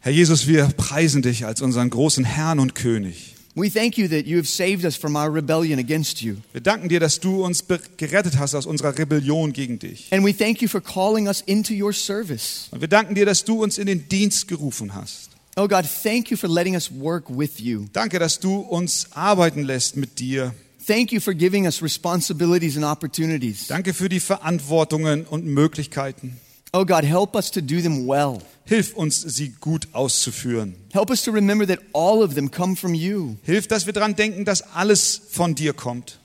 Herr Jesus, wir preisen dich als unseren großen Herrn und König.
We thank you that you have saved us from our rebellion against you.
Wir danken dir, dass du uns be- gerettet hast aus unserer Rebellion gegen dich.
And we thank you for calling us into your service.
Und wir danken dir, dass du uns in den Dienst gerufen hast.
Oh God, thank you for letting us work with you.
Danke, dass du uns arbeiten lässt mit dir.
Thank you for giving us responsibilities and opportunities.
Danke für die Verantwortungen und Möglichkeiten.
Oh God, help us to do them well.
Hilf uns, sie gut auszuführen.
Help us to remember that all of them come from you
Hilf, dass wir daran denken, dass alles von dir kommt.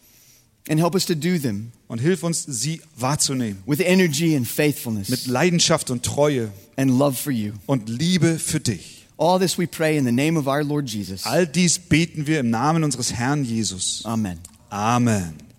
and help us to do them
Und hilf uns, sie wahrzunehmen.
with energy and
Mit
faithfulness
Leidenschaft und Treue
and love for you.
und Liebe für dich.
All this we pray in the name of our Lord Jesus.
All dies beten wir im Namen unseres Herrn Jesus.
Amen.
Amen.